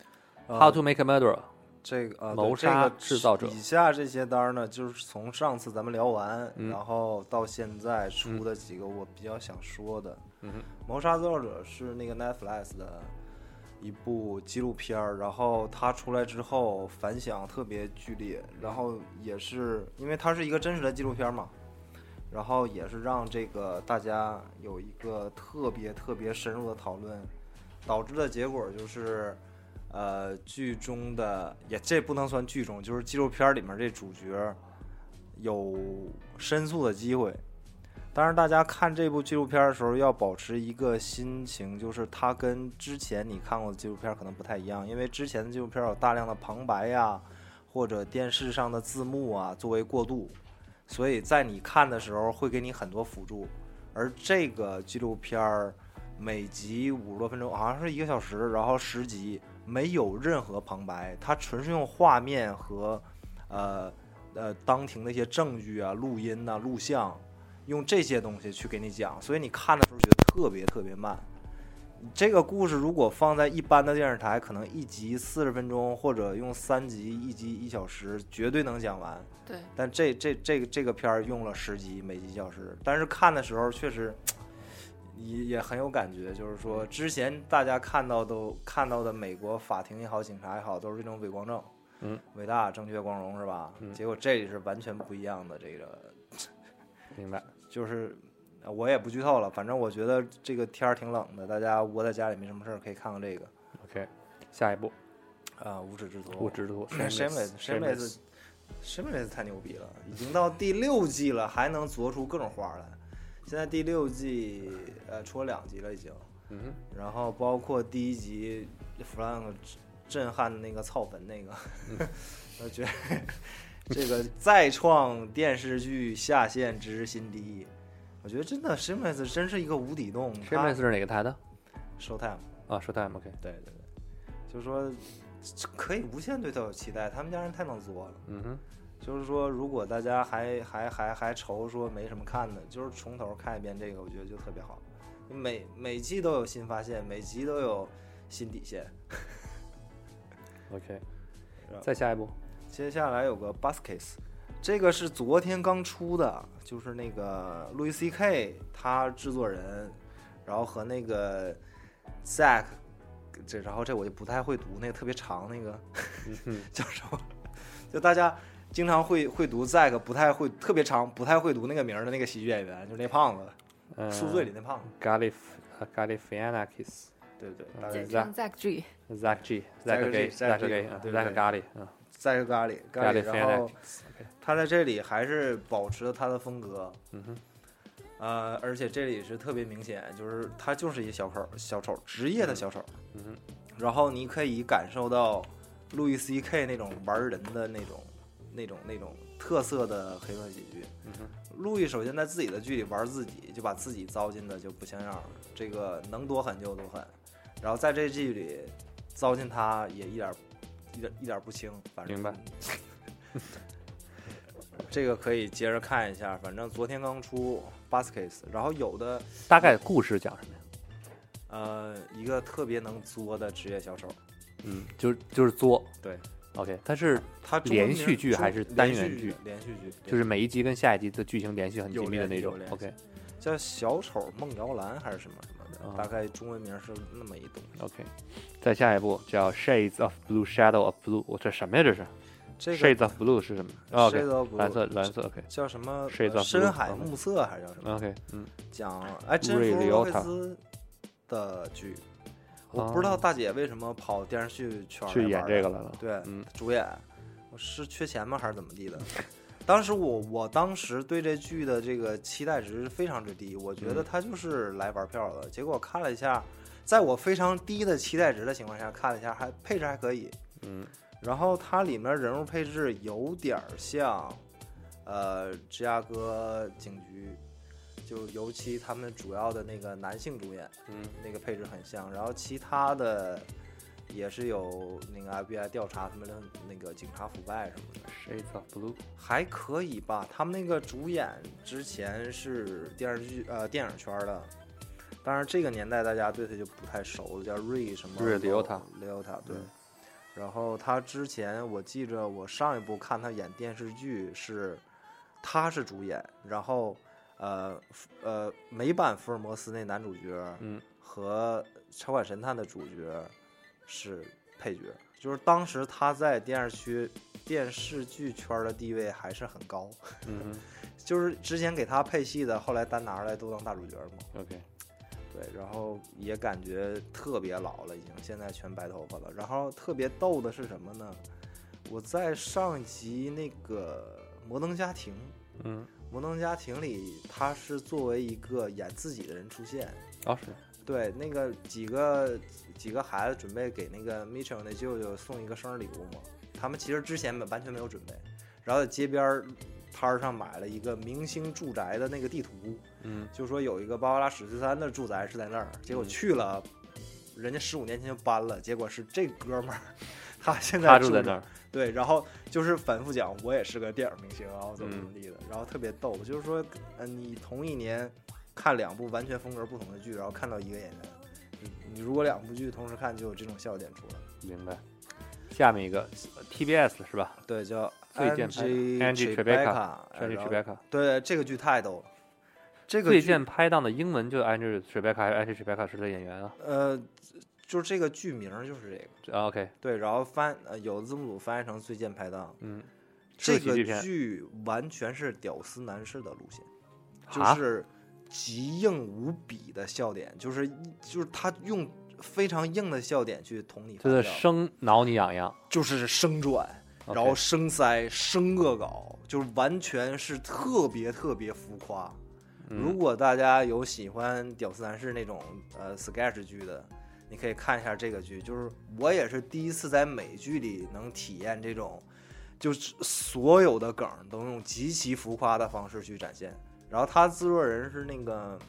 Speaker 3: How
Speaker 7: 啊
Speaker 3: to Make a Murderer》，
Speaker 7: 这个呃，对
Speaker 3: 谋
Speaker 7: 这
Speaker 3: 杀
Speaker 7: 个
Speaker 3: 制造者
Speaker 7: 以下这些单儿呢，就是从上次咱们聊完，
Speaker 3: 嗯
Speaker 7: 然后到现在出的几个我比较想说的。
Speaker 3: 嗯哼
Speaker 7: 谋杀制造者是那个 Netflix 的一部纪录片儿，然后它出来之后反响特别剧烈，然后也是因为它是一个真实的纪录片儿嘛，然后也是让这个大家有一个特别特别深入的讨论，导致的结果就是，呃，剧中的也这不能算剧中，就是纪录片里面这主角有申诉的机会。当然，大家看这部纪录片的时候要保持一个心情，就是它跟之前你看过的纪录片可能不太一样，因为之前的纪录片有大量的旁白呀、或者电视上的字幕啊作为过渡，所以在你看的时候会给你很多辅助。而这个纪录片儿每集五十多分钟，好像是一个小时，然后十集，没有任何旁白，它纯是用画面和呃呃当庭的一些证据啊、录音呐、录像，用这些东西去给你讲，所以你看的时候觉得特别特别慢。这个故事如果放在一般的电视台，可能一集四十分钟，或者用三集一集一小时，绝对能讲完。
Speaker 6: 对，
Speaker 7: 但这这这个这个片儿用了十集，每集一小时，但是看的时候确实也也很有感觉，就是说之前大家看到都看到的美国法庭也好，警察也好，都是这种伪光正，
Speaker 3: 嗯，
Speaker 7: 伟大、正确、光荣是吧？
Speaker 3: 嗯
Speaker 7: 结果这里是完全不一样的，这个
Speaker 3: 明白？
Speaker 7: 就是呃我也不剧透了，反正我觉得这个天儿挺冷的，大家窝在家里没什么事儿，可以看看这个
Speaker 3: OK，下一步
Speaker 7: 啊、无耻之徒，
Speaker 3: 我知道
Speaker 7: Shameless Shameless Shameless 太牛逼了，已经到第六季了，还能琢出各种花来。现在第六季呃出了两集了已经，
Speaker 3: 嗯哼，
Speaker 7: 然后包括第一集 Frank 震撼的那个草坟那个， 我觉得这个再创电视剧下线之新低。我觉得真的 Shameless 真是一个无底洞。
Speaker 3: s h a m e l e s 是哪个台的
Speaker 7: Showtime，
Speaker 3: 啊？Showtime OK，
Speaker 7: 对对对，就是说这可以无限对他有期待，他们家人太能作了。
Speaker 3: 嗯哼，
Speaker 7: 就是说，如果大家还还还还愁说没什么看的，就是从头看一遍这个，我觉得就特别好。每每季都有新发现，每集都有新底线。
Speaker 3: OK，
Speaker 7: 然后
Speaker 3: 再下一步，
Speaker 7: 接下来有个 Baskets，这个是昨天刚出的，就是那个 Louis C.K. 他制作人，然后和那个 Zack，这然后这我就不太会读，那个特别长那个
Speaker 3: 嗯哼，
Speaker 7: 叫什么？就大家经常会会读 Zack，不太会特别长，不太会读那个名儿的那个喜剧演员，就是那胖子，
Speaker 3: 嗯，
Speaker 7: 宿醉里那胖子。
Speaker 3: Galif Galifianakis
Speaker 7: 对对，
Speaker 3: 嗯
Speaker 7: 大概
Speaker 6: 简
Speaker 3: 对
Speaker 6: 称 Zack G，
Speaker 3: Zach G
Speaker 7: Zach
Speaker 3: Zach
Speaker 7: G，
Speaker 3: Gay Zach
Speaker 7: Zach G，
Speaker 3: Gay
Speaker 7: 啊
Speaker 3: 啊
Speaker 7: 对对
Speaker 3: Zach
Speaker 7: 对
Speaker 3: Gali 啊
Speaker 7: Zack 咖喱咖喱，然后
Speaker 3: Galifianakis
Speaker 7: 他在这里还是保持了他的风格，
Speaker 3: 嗯哼，
Speaker 7: 呃，而且这里是特别明显，就是他就是一小丑，小丑，职业的小丑。
Speaker 3: 嗯哼，
Speaker 7: 然后你可以感受到路易 C K 那种玩人的那种、那种、那种特色的黑色喜剧。
Speaker 3: 嗯哼，
Speaker 7: 路易首先在自己的剧里玩自己，就把自己糟践的就不像样了，这个能多狠就有多狠。然后在这剧里糟践他也一点儿一点儿一点儿不轻，反正
Speaker 3: 明白。
Speaker 7: 这个可以接着看一下，反正昨天刚出 Baskets，然后有的
Speaker 3: 大概故事讲什么呀？
Speaker 7: 呃一个特别能作的职业小丑，
Speaker 3: 嗯，就是就是作
Speaker 7: 对
Speaker 3: OK，它是
Speaker 7: 他中文名
Speaker 3: 连续剧还是单元剧？
Speaker 7: 中连续剧，连续剧
Speaker 3: 就是每一集跟下一集的剧情联系很
Speaker 7: 有
Speaker 3: 紧密的
Speaker 7: 联系
Speaker 3: 那
Speaker 7: 有
Speaker 3: 种
Speaker 7: 联系
Speaker 3: OK
Speaker 7: 叫小丑孟摇篮还是什么什么的，
Speaker 3: 啊
Speaker 7: 大概中文名是那么一东西。
Speaker 3: OK，再下一步叫 Shades of Blue Shadow of Blue，我这什么呀？这是
Speaker 7: 这个
Speaker 3: Shades of Blue 是什么哦？OK，
Speaker 7: Shades of Blue
Speaker 3: 蓝色蓝色 OK
Speaker 7: 叫什么？
Speaker 3: Shades
Speaker 7: 呃
Speaker 3: of
Speaker 7: 深
Speaker 3: Blue，
Speaker 7: 海
Speaker 3: 嗯
Speaker 7: 暮色还是叫什么？
Speaker 3: OK，嗯，
Speaker 7: 讲哎，真
Speaker 3: 瑞
Speaker 7: 福
Speaker 3: 利
Speaker 7: 洛
Speaker 3: 奥
Speaker 7: 佩
Speaker 3: 塔
Speaker 7: 兹的剧，我不知
Speaker 3: 啊
Speaker 7: 道大姐为什么跑电视剧圈儿
Speaker 3: 去
Speaker 7: 来
Speaker 3: 演
Speaker 7: 玩
Speaker 3: 这
Speaker 7: 儿啊
Speaker 3: 个来了。
Speaker 7: 对，
Speaker 3: 嗯
Speaker 7: 主演，我是缺钱吗还是怎么地的？当时我我当时对这剧的这个期待值非常之低，我觉得
Speaker 3: 嗯
Speaker 7: 他就是来玩票的。结果看了一下，在我非常低的期待值的情况下看了一下，还配置还可以。
Speaker 3: 嗯，
Speaker 7: 然后它里面人物配置有点儿像，呃，芝加哥警局，就尤其他们主要的那个男性主演，
Speaker 3: 嗯，
Speaker 7: 那个配置很像。然后其他的也是有那个 FBI 调查他们的那个警察腐败什么的，
Speaker 3: Shades of Blue，
Speaker 7: 还可以吧。他们那个主演之前是电视剧呃电影圈的。当然，这个年代大家对他就不太熟了，叫瑞什么
Speaker 3: 瑞里奥塔
Speaker 7: 雷欧塔对，
Speaker 3: 嗯
Speaker 7: 然后他之前我记着我上一部看他演电视剧是，他是主演，然后呃福呃美版福尔摩斯那男主角，
Speaker 3: 嗯，
Speaker 7: 和超管神探的主角是配角，就是当时他在电视区电视剧圈的地位还是很高，
Speaker 3: 嗯
Speaker 7: 就是之前给他配戏的，后来单拿出来都当大主角了嘛。
Speaker 3: 哼，OK，
Speaker 7: 对，然后也感觉特别老了，已经现在全白头发了。然后特别逗的是什么呢？我在上一集那个《摩登家庭》，
Speaker 3: 嗯，
Speaker 7: 《摩登家庭》里他是作为一个演自己的人出现。
Speaker 3: 哦是，
Speaker 7: 对，那个几个几个孩子准备给那个 Mitchell 那舅舅送一个生日礼物嘛，他们其实之前没完全没有准备，然后在街边儿摊儿上买了一个明星住宅的那个地图，
Speaker 3: 嗯，
Speaker 7: 就说有一个芭芭拉史翠珊的住宅是在那儿，结果去了，人家十五年前就搬了，结果是这哥们儿， 他现在
Speaker 3: 他住在那
Speaker 7: 着
Speaker 3: 儿，
Speaker 7: 对，然后就是反复讲我也是个电影明星啊，我怎
Speaker 3: 嗯
Speaker 7: 么怎么地的，然后特别逗，就是说，呃，你同一年看两部完全风格不同的剧，然后看到一个演员，你你如果两部剧同时看，就有这种笑点出来。
Speaker 3: 明白。下面一个 TBS 是吧
Speaker 7: 对，叫
Speaker 3: 最贱拍
Speaker 7: Angie
Speaker 3: Angie
Speaker 7: Tribeca，
Speaker 3: ？Shirley
Speaker 7: 哎然后
Speaker 3: Tribeca，
Speaker 7: 对，这个剧太逗了，这个
Speaker 3: 最
Speaker 7: 剧
Speaker 3: 近拍档的英文就 Andrew Tribeca 还是 Andrew Tribeca 是他演员啊
Speaker 7: 呃，就是这个剧名就是这个，
Speaker 3: 这啊？OK，
Speaker 7: 对，然后翻呃有的字幕组翻译成《最贱拍档》，
Speaker 3: 嗯，是
Speaker 7: 这
Speaker 3: 个喜剧
Speaker 7: 个
Speaker 3: 片
Speaker 7: 剧完全是屌丝男士的路线，就
Speaker 3: 啊
Speaker 7: 是极硬无比的笑点，就是一就是他用非常硬的笑点去捅你发
Speaker 3: 就
Speaker 7: 笑，
Speaker 3: 是生挠你痒痒，
Speaker 7: 就是生转，
Speaker 3: OK
Speaker 7: 然后生塞、生恶搞，就是完全是特别特别浮夸。如果大家有喜欢屌丝男士那种呃 sketch 剧的，你可以看一下这个剧。就是我也是第一次在美剧里能体验这种，就是所有的梗都用极其浮夸的方式去展现，然后他制作人是那个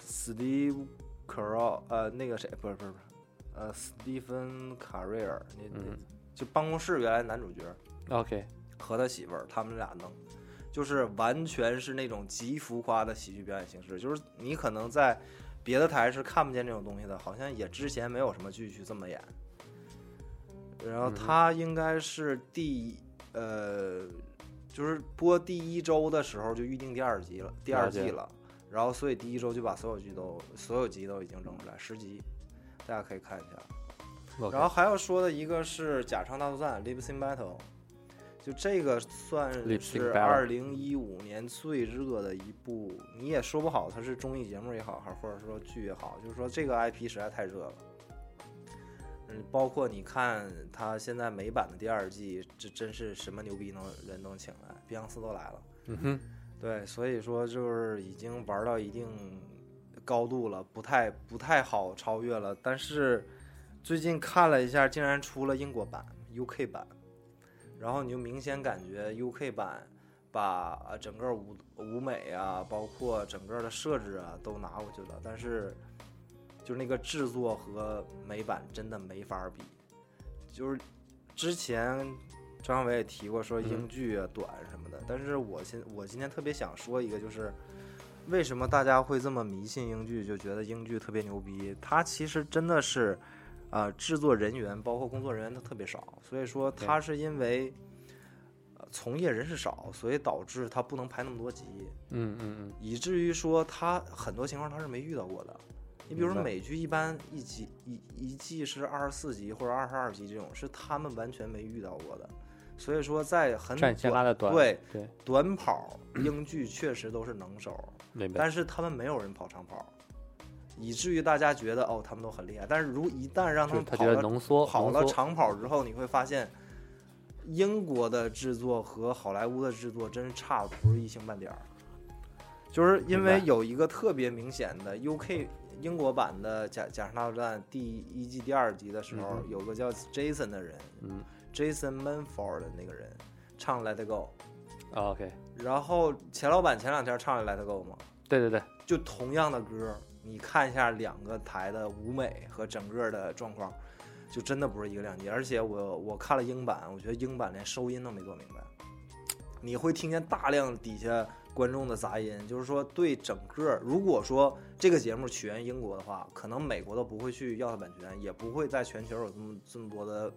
Speaker 7: Steve c a r o 呃，那个谁，不是不是不是，呃，斯蒂芬卡瑞尔，那那、
Speaker 3: 嗯
Speaker 7: 就办公室原来男主角
Speaker 3: ，OK，
Speaker 7: 和他媳妇儿，他们俩弄，就是完全是那种极浮夸的喜剧表演形式，就是你可能在别的台是看不见这种东西的，好像也之前没有什么剧去这么演。然后
Speaker 3: 嗯
Speaker 7: 他应该是第一呃，就是播第一周的时候就预定第二集了，第二
Speaker 3: 了解
Speaker 7: 季了。然后，所以第一周就把所有剧都所有集都已经整出来，十集，大家可以看一下。
Speaker 3: o k
Speaker 7: 然后还要说的一个是假唱大作战 （Lip Sync Battle），就这个算
Speaker 3: Lip Sync
Speaker 7: 是
Speaker 3: Battle
Speaker 7: 二零一五年最热的一部，你也说不好它是综艺节目也好，还或者说剧也好，就是说这个 IP 实在太热了。嗯，包括你看它现在美版的第二季，这真是什么牛逼能人能请来，碧昂斯都来了。
Speaker 3: 嗯哼，
Speaker 7: 对，所以说就是已经玩到一定高度了，不太不太好超越了。但是最近看了一下，竟然出了英国版、UK 版，然后你就明显感觉 UK 版把呃整个舞舞美啊，包括整个的设置啊都拿过去了，但是就是那个制作和美版真的没法比。就是之前张伟也提过说英剧啊短什么的，但是我现我今天特别想说一个，就是为什么大家会这么迷信英剧，就觉得英剧特别牛逼？它其实真的是，呃，制作人员包括工作人员都特别少，所以说
Speaker 3: 对
Speaker 7: 它是因为。呃从业人士少，所以导致它不能拍那么多集，
Speaker 3: 嗯嗯
Speaker 7: 以至于说它很多情况它是没遇到过的。你比如说
Speaker 3: 明白
Speaker 7: 美剧一般一集一一季是二十四集或者二十二集这种，是他们完全没遇到过的。所以说在很
Speaker 3: 嗯，战线拉
Speaker 7: 短
Speaker 3: 的短，
Speaker 7: 对
Speaker 3: 对，
Speaker 7: 短跑英剧确实都是能手，
Speaker 3: 明白。
Speaker 7: 但是他们没有人跑长跑，以至于大家觉得哦他们都很厉害。但是如一旦让
Speaker 3: 就
Speaker 7: 他
Speaker 3: 是
Speaker 7: 们
Speaker 3: 他
Speaker 7: 跑
Speaker 3: 觉得
Speaker 7: 到
Speaker 3: 浓缩，
Speaker 7: 跑到
Speaker 3: 浓缩
Speaker 7: 长跑之后，你会发现英国的制作和好莱坞的制作真是差不是一星半点儿。就是因为
Speaker 3: 明白
Speaker 7: 有一个特别明显的 UK 英国版的假《假想大作战》第一季第二集的时候
Speaker 3: 嗯，哼
Speaker 7: 有个叫 Jason 的人
Speaker 3: 嗯
Speaker 7: ，Jason Manford 的那个人唱《Let It Go
Speaker 3: 啊，OK，》，
Speaker 7: 然后钱老板前两天唱了《Let It Go》嘛，
Speaker 3: 对对对，
Speaker 7: 就同样的歌，你看一下两个台的舞美和整个的状况，就真的不是一个量级。而且我我看了英版，我觉得英版连收音都没做明白，你会听见大量底下观众的杂音，就是说对整个，如果说这个节目起源英国的话，可能美国都不会去要它版权，也不会在全球有这么这么多的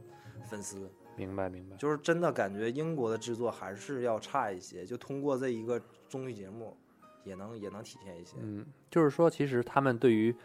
Speaker 7: 粉丝。
Speaker 3: 明白明白。
Speaker 7: 就是真的感觉英国的制作还是要差一些，就通过这一个综艺节目，也能也能体现一些。
Speaker 3: 嗯，就是说，其实他们对于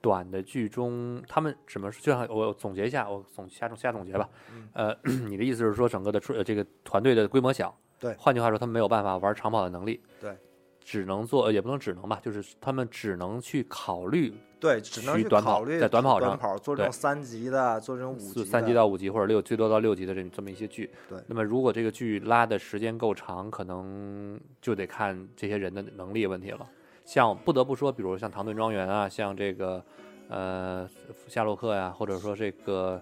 Speaker 3: 短的剧中，他们怎么说就像我我总结一下，我总下总下总结吧。
Speaker 7: 嗯
Speaker 3: 呃， 你的意思是说，整个的出呃这个团队的规模小，
Speaker 7: 对
Speaker 3: 换句话说，他们没有办法玩长跑的能力，
Speaker 7: 对，
Speaker 3: 只能做、呃也不能只能吧，就是他们只能去考虑
Speaker 7: 对，只能
Speaker 3: 去
Speaker 7: 去
Speaker 3: 短跑
Speaker 7: 考虑
Speaker 3: 在短跑上
Speaker 7: 做这种
Speaker 3: 对
Speaker 7: 三级的，做这种五
Speaker 3: 四
Speaker 7: 级
Speaker 3: 三级
Speaker 7: 的
Speaker 3: 到五级或者六最多到六级的这这么一些剧。
Speaker 7: 对
Speaker 3: 那么如果这个剧拉的时间够长，可能就得看这些人的能力问题了。像不得不说，比如像《唐顿庄园》啊，像这个呃《夏洛克、呀，或者说这个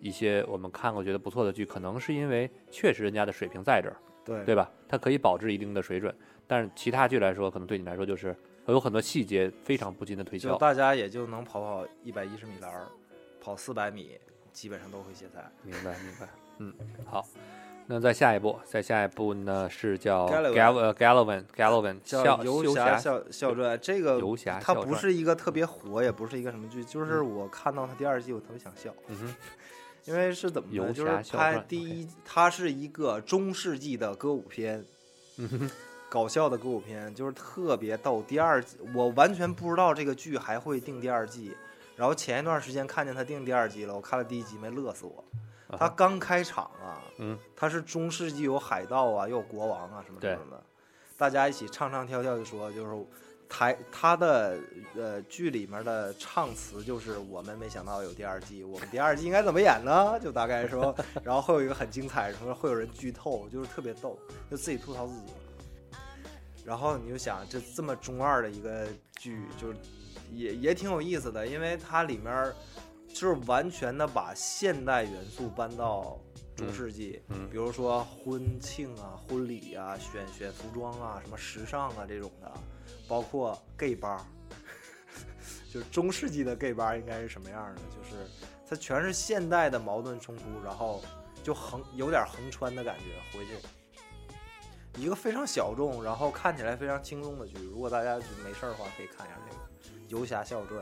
Speaker 3: 一些我们看过觉得不错的剧，可能是因为确实人家的水平在这儿，
Speaker 7: 对
Speaker 3: 对吧？它可以保持一定的水准，但是其他剧来说，可能对你来说就是有很多细节非常不经的推
Speaker 7: 就
Speaker 3: 敲。
Speaker 7: 大家也就能跑跑一百一十米栏儿，跑四百米，基本上都会歇菜。
Speaker 3: 明白，明白。嗯，好。那再下一步，再下一步呢是叫
Speaker 7: Galloway
Speaker 3: Gal 呃 Gallovan Gallovan
Speaker 7: 叫游
Speaker 3: 游侠
Speaker 7: 侠笑笑传，这个
Speaker 3: 游侠
Speaker 7: 它
Speaker 3: 笑
Speaker 7: 不
Speaker 3: 传嗯
Speaker 7: 是一个特别火，也不是一个什么剧，就是我看到它第二季，我特别想笑。
Speaker 3: 嗯哼
Speaker 7: 因为是怎么
Speaker 3: 游
Speaker 7: 呢？就是
Speaker 3: 侠笑
Speaker 7: 拍
Speaker 3: 传
Speaker 7: 第
Speaker 3: ，OK
Speaker 7: 一，它是一个中世纪的歌舞 片，搞笑的歌舞片，就是特别逗。第二季，我完全不知道这个剧还会定第二季，然后前一段时间看见它定第二季了，我看了第一集没乐死我。它刚开场啊，
Speaker 3: 嗯，
Speaker 7: 它是中世纪有海盗啊，又有国王啊什么什
Speaker 3: 对
Speaker 7: 么的，大家一起唱唱跳跳就说就是。台它的呃剧里面的唱词就是我们没想到有第二季，我们第二季应该怎么演呢？就大概 说，然后会有一个很精彩，什么会有人剧透，就是特别逗，就自己吐槽自 己。然后你就想，这这么中二的一个剧，就是也也挺有意思的，因为它里面就是完全的把现代元素搬到中世纪，
Speaker 3: 嗯
Speaker 7: 比如说婚庆啊、婚礼啊、选选服装啊、什么时尚啊这种的，包括 gay bar，就是中世纪的 gay bar 应该是什么样的？就是它全是现代的矛盾冲突，然后就横有点横穿的感觉回去。一个非常小众，然后看起来非常轻松的剧，如果大家没事儿的话，可以看一下这个《游侠笑传》。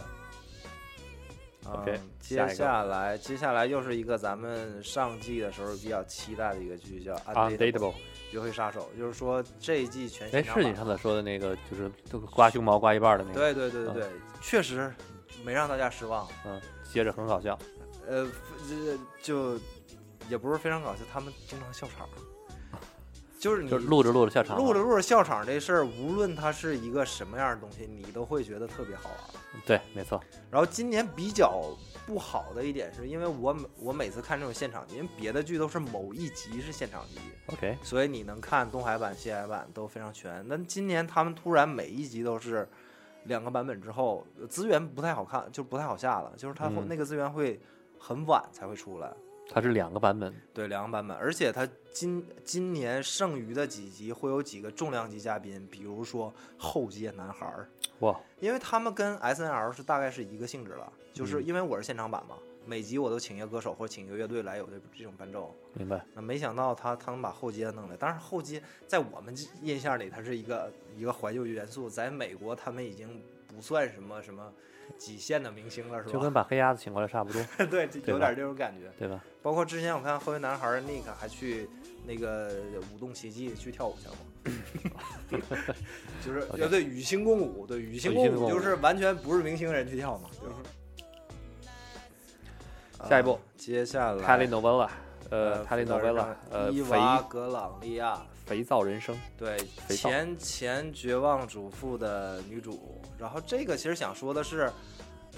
Speaker 3: OK，
Speaker 7: 嗯、
Speaker 3: 下一
Speaker 7: 接
Speaker 3: 个
Speaker 7: 下来接下来又是一个咱们上季的时候比较期待的一个剧，叫《
Speaker 3: Undateable，
Speaker 7: 约会杀手》，就是说这一季全
Speaker 3: 啊哎，
Speaker 7: 新上
Speaker 3: 是你
Speaker 7: 榜
Speaker 3: 上次说的那个，就是就刮胸毛刮一半儿的那嗯个，
Speaker 7: 对对对对对，确实没让大家失望。
Speaker 3: 嗯，接着很好笑，
Speaker 7: 呃，这就也不是非常搞笑，他们经常笑场，就是你
Speaker 3: 就是录着录着笑场了，
Speaker 7: 嗯录着录着笑场这事儿，无论它是一个什么样的东西，你都会觉得特别好玩。
Speaker 3: 对，没错，
Speaker 7: 然后今年比较不好的一点是，因为我每我每次看这种现场剧，因为别的剧都是某一集是现场集，
Speaker 3: OK，
Speaker 7: 所以你能看东海版、西海版都非常全。但今年他们突然每一集都是两个版本之后，呃资源不太好看，就不太好下了，就是它会、
Speaker 3: 嗯
Speaker 7: 那个资源会很晚才会出来。
Speaker 3: 它是两个版本，
Speaker 7: 对，两个版本，而且它今今年剩余的几集会有几个重量级嘉宾，比如说后街男孩儿，
Speaker 3: 哇，
Speaker 7: 因为他们跟 S N L 是大概是一个性质了，就是
Speaker 3: 嗯
Speaker 7: 因为我是现场版嘛，每集我都请一个歌手或者请一个乐队来有这这种伴奏，
Speaker 3: 明白，
Speaker 7: 那没想到他他能把后街弄来，但是后街在我们印象里，它是一个一个怀旧元素，在美国他们已经不算什么什么几线的明星了，是
Speaker 3: 就跟
Speaker 7: 吧？
Speaker 3: 把黑鸭子请过来差不多，
Speaker 7: 对，就有
Speaker 3: 吧
Speaker 7: 点这种感觉。
Speaker 3: 对吧？
Speaker 7: 包括之前我看后街男孩儿 Nick 还去那个舞动奇迹去跳舞去了嘛， 就是 要对与星共舞，对与星
Speaker 3: 与
Speaker 7: 共
Speaker 3: 星
Speaker 7: 舞
Speaker 3: 共舞
Speaker 7: 就是完全不是明星人去跳嘛，对吧？呃
Speaker 3: 嗯下一步
Speaker 7: 接下来
Speaker 3: 泰利诺维拉，呃，泰利
Speaker 7: 利
Speaker 3: 诺维拉，呃，
Speaker 7: 伊娃
Speaker 3: 肥
Speaker 7: ·格朗利亚，
Speaker 3: 肥皂人生，
Speaker 7: 对
Speaker 3: 肥皂
Speaker 7: 前前绝望主妇的女主。然后这个其实想说的是，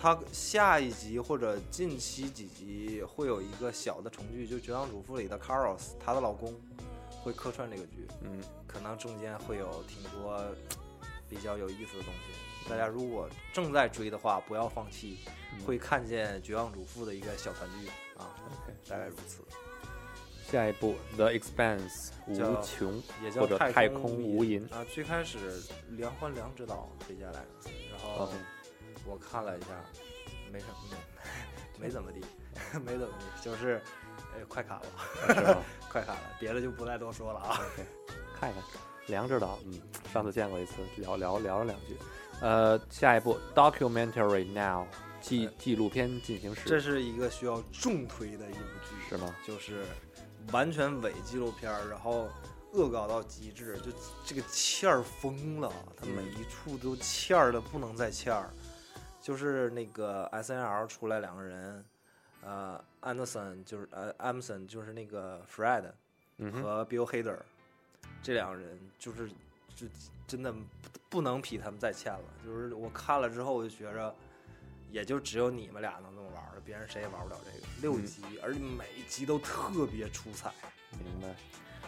Speaker 7: 她下一集或者近期几集会有一个小的重聚，就《绝望主妇》里的 Carlos，她的老公会客串这个剧，
Speaker 3: 嗯，
Speaker 7: 可能中间会有挺多比较有意思的东西。大家如果正在追的话，不要放弃，
Speaker 3: 嗯
Speaker 7: 会看见《绝望主妇》的一个小团聚啊，大概如此。
Speaker 3: 下一步 The Expanse
Speaker 7: 叫
Speaker 3: 无穷，
Speaker 7: 也叫
Speaker 3: 或者
Speaker 7: 太
Speaker 3: 空
Speaker 7: 无
Speaker 3: 无垠
Speaker 7: 啊。最开始梁欢良指导推荐来着，然后
Speaker 3: OK
Speaker 7: 我看了一下，没什么， 没没怎么地， 没怎么地，就是呃快卡了，
Speaker 3: 啊是吧？
Speaker 7: 快卡了，别的就不再多说了啊。
Speaker 3: 看一看，梁指导，嗯，上次见过一次，聊聊聊了两句。呃，下一步 Documentary Now 纪纪录片进行
Speaker 7: 这
Speaker 3: 时
Speaker 7: 是一个需要重推的一部剧，
Speaker 3: 是吗？
Speaker 7: 就是完全伪纪录片儿，然后恶搞到极致，就这个欠儿疯了，它每一处都欠儿的不能再欠儿。就是那个 S N L 出来两个人，呃，Anderson 就是呃 a m s o n 就是那个 Fred
Speaker 3: 嗯哼，
Speaker 7: 和 Bill Hader，、这两个人就是就真的不能比他们再欠了。就是我看了之后，我就觉着。也就只有你们俩能这么玩儿了，别人谁也玩不了这个。六
Speaker 3: 嗯
Speaker 7: 集，而且每一集都特别出彩，
Speaker 3: 明白。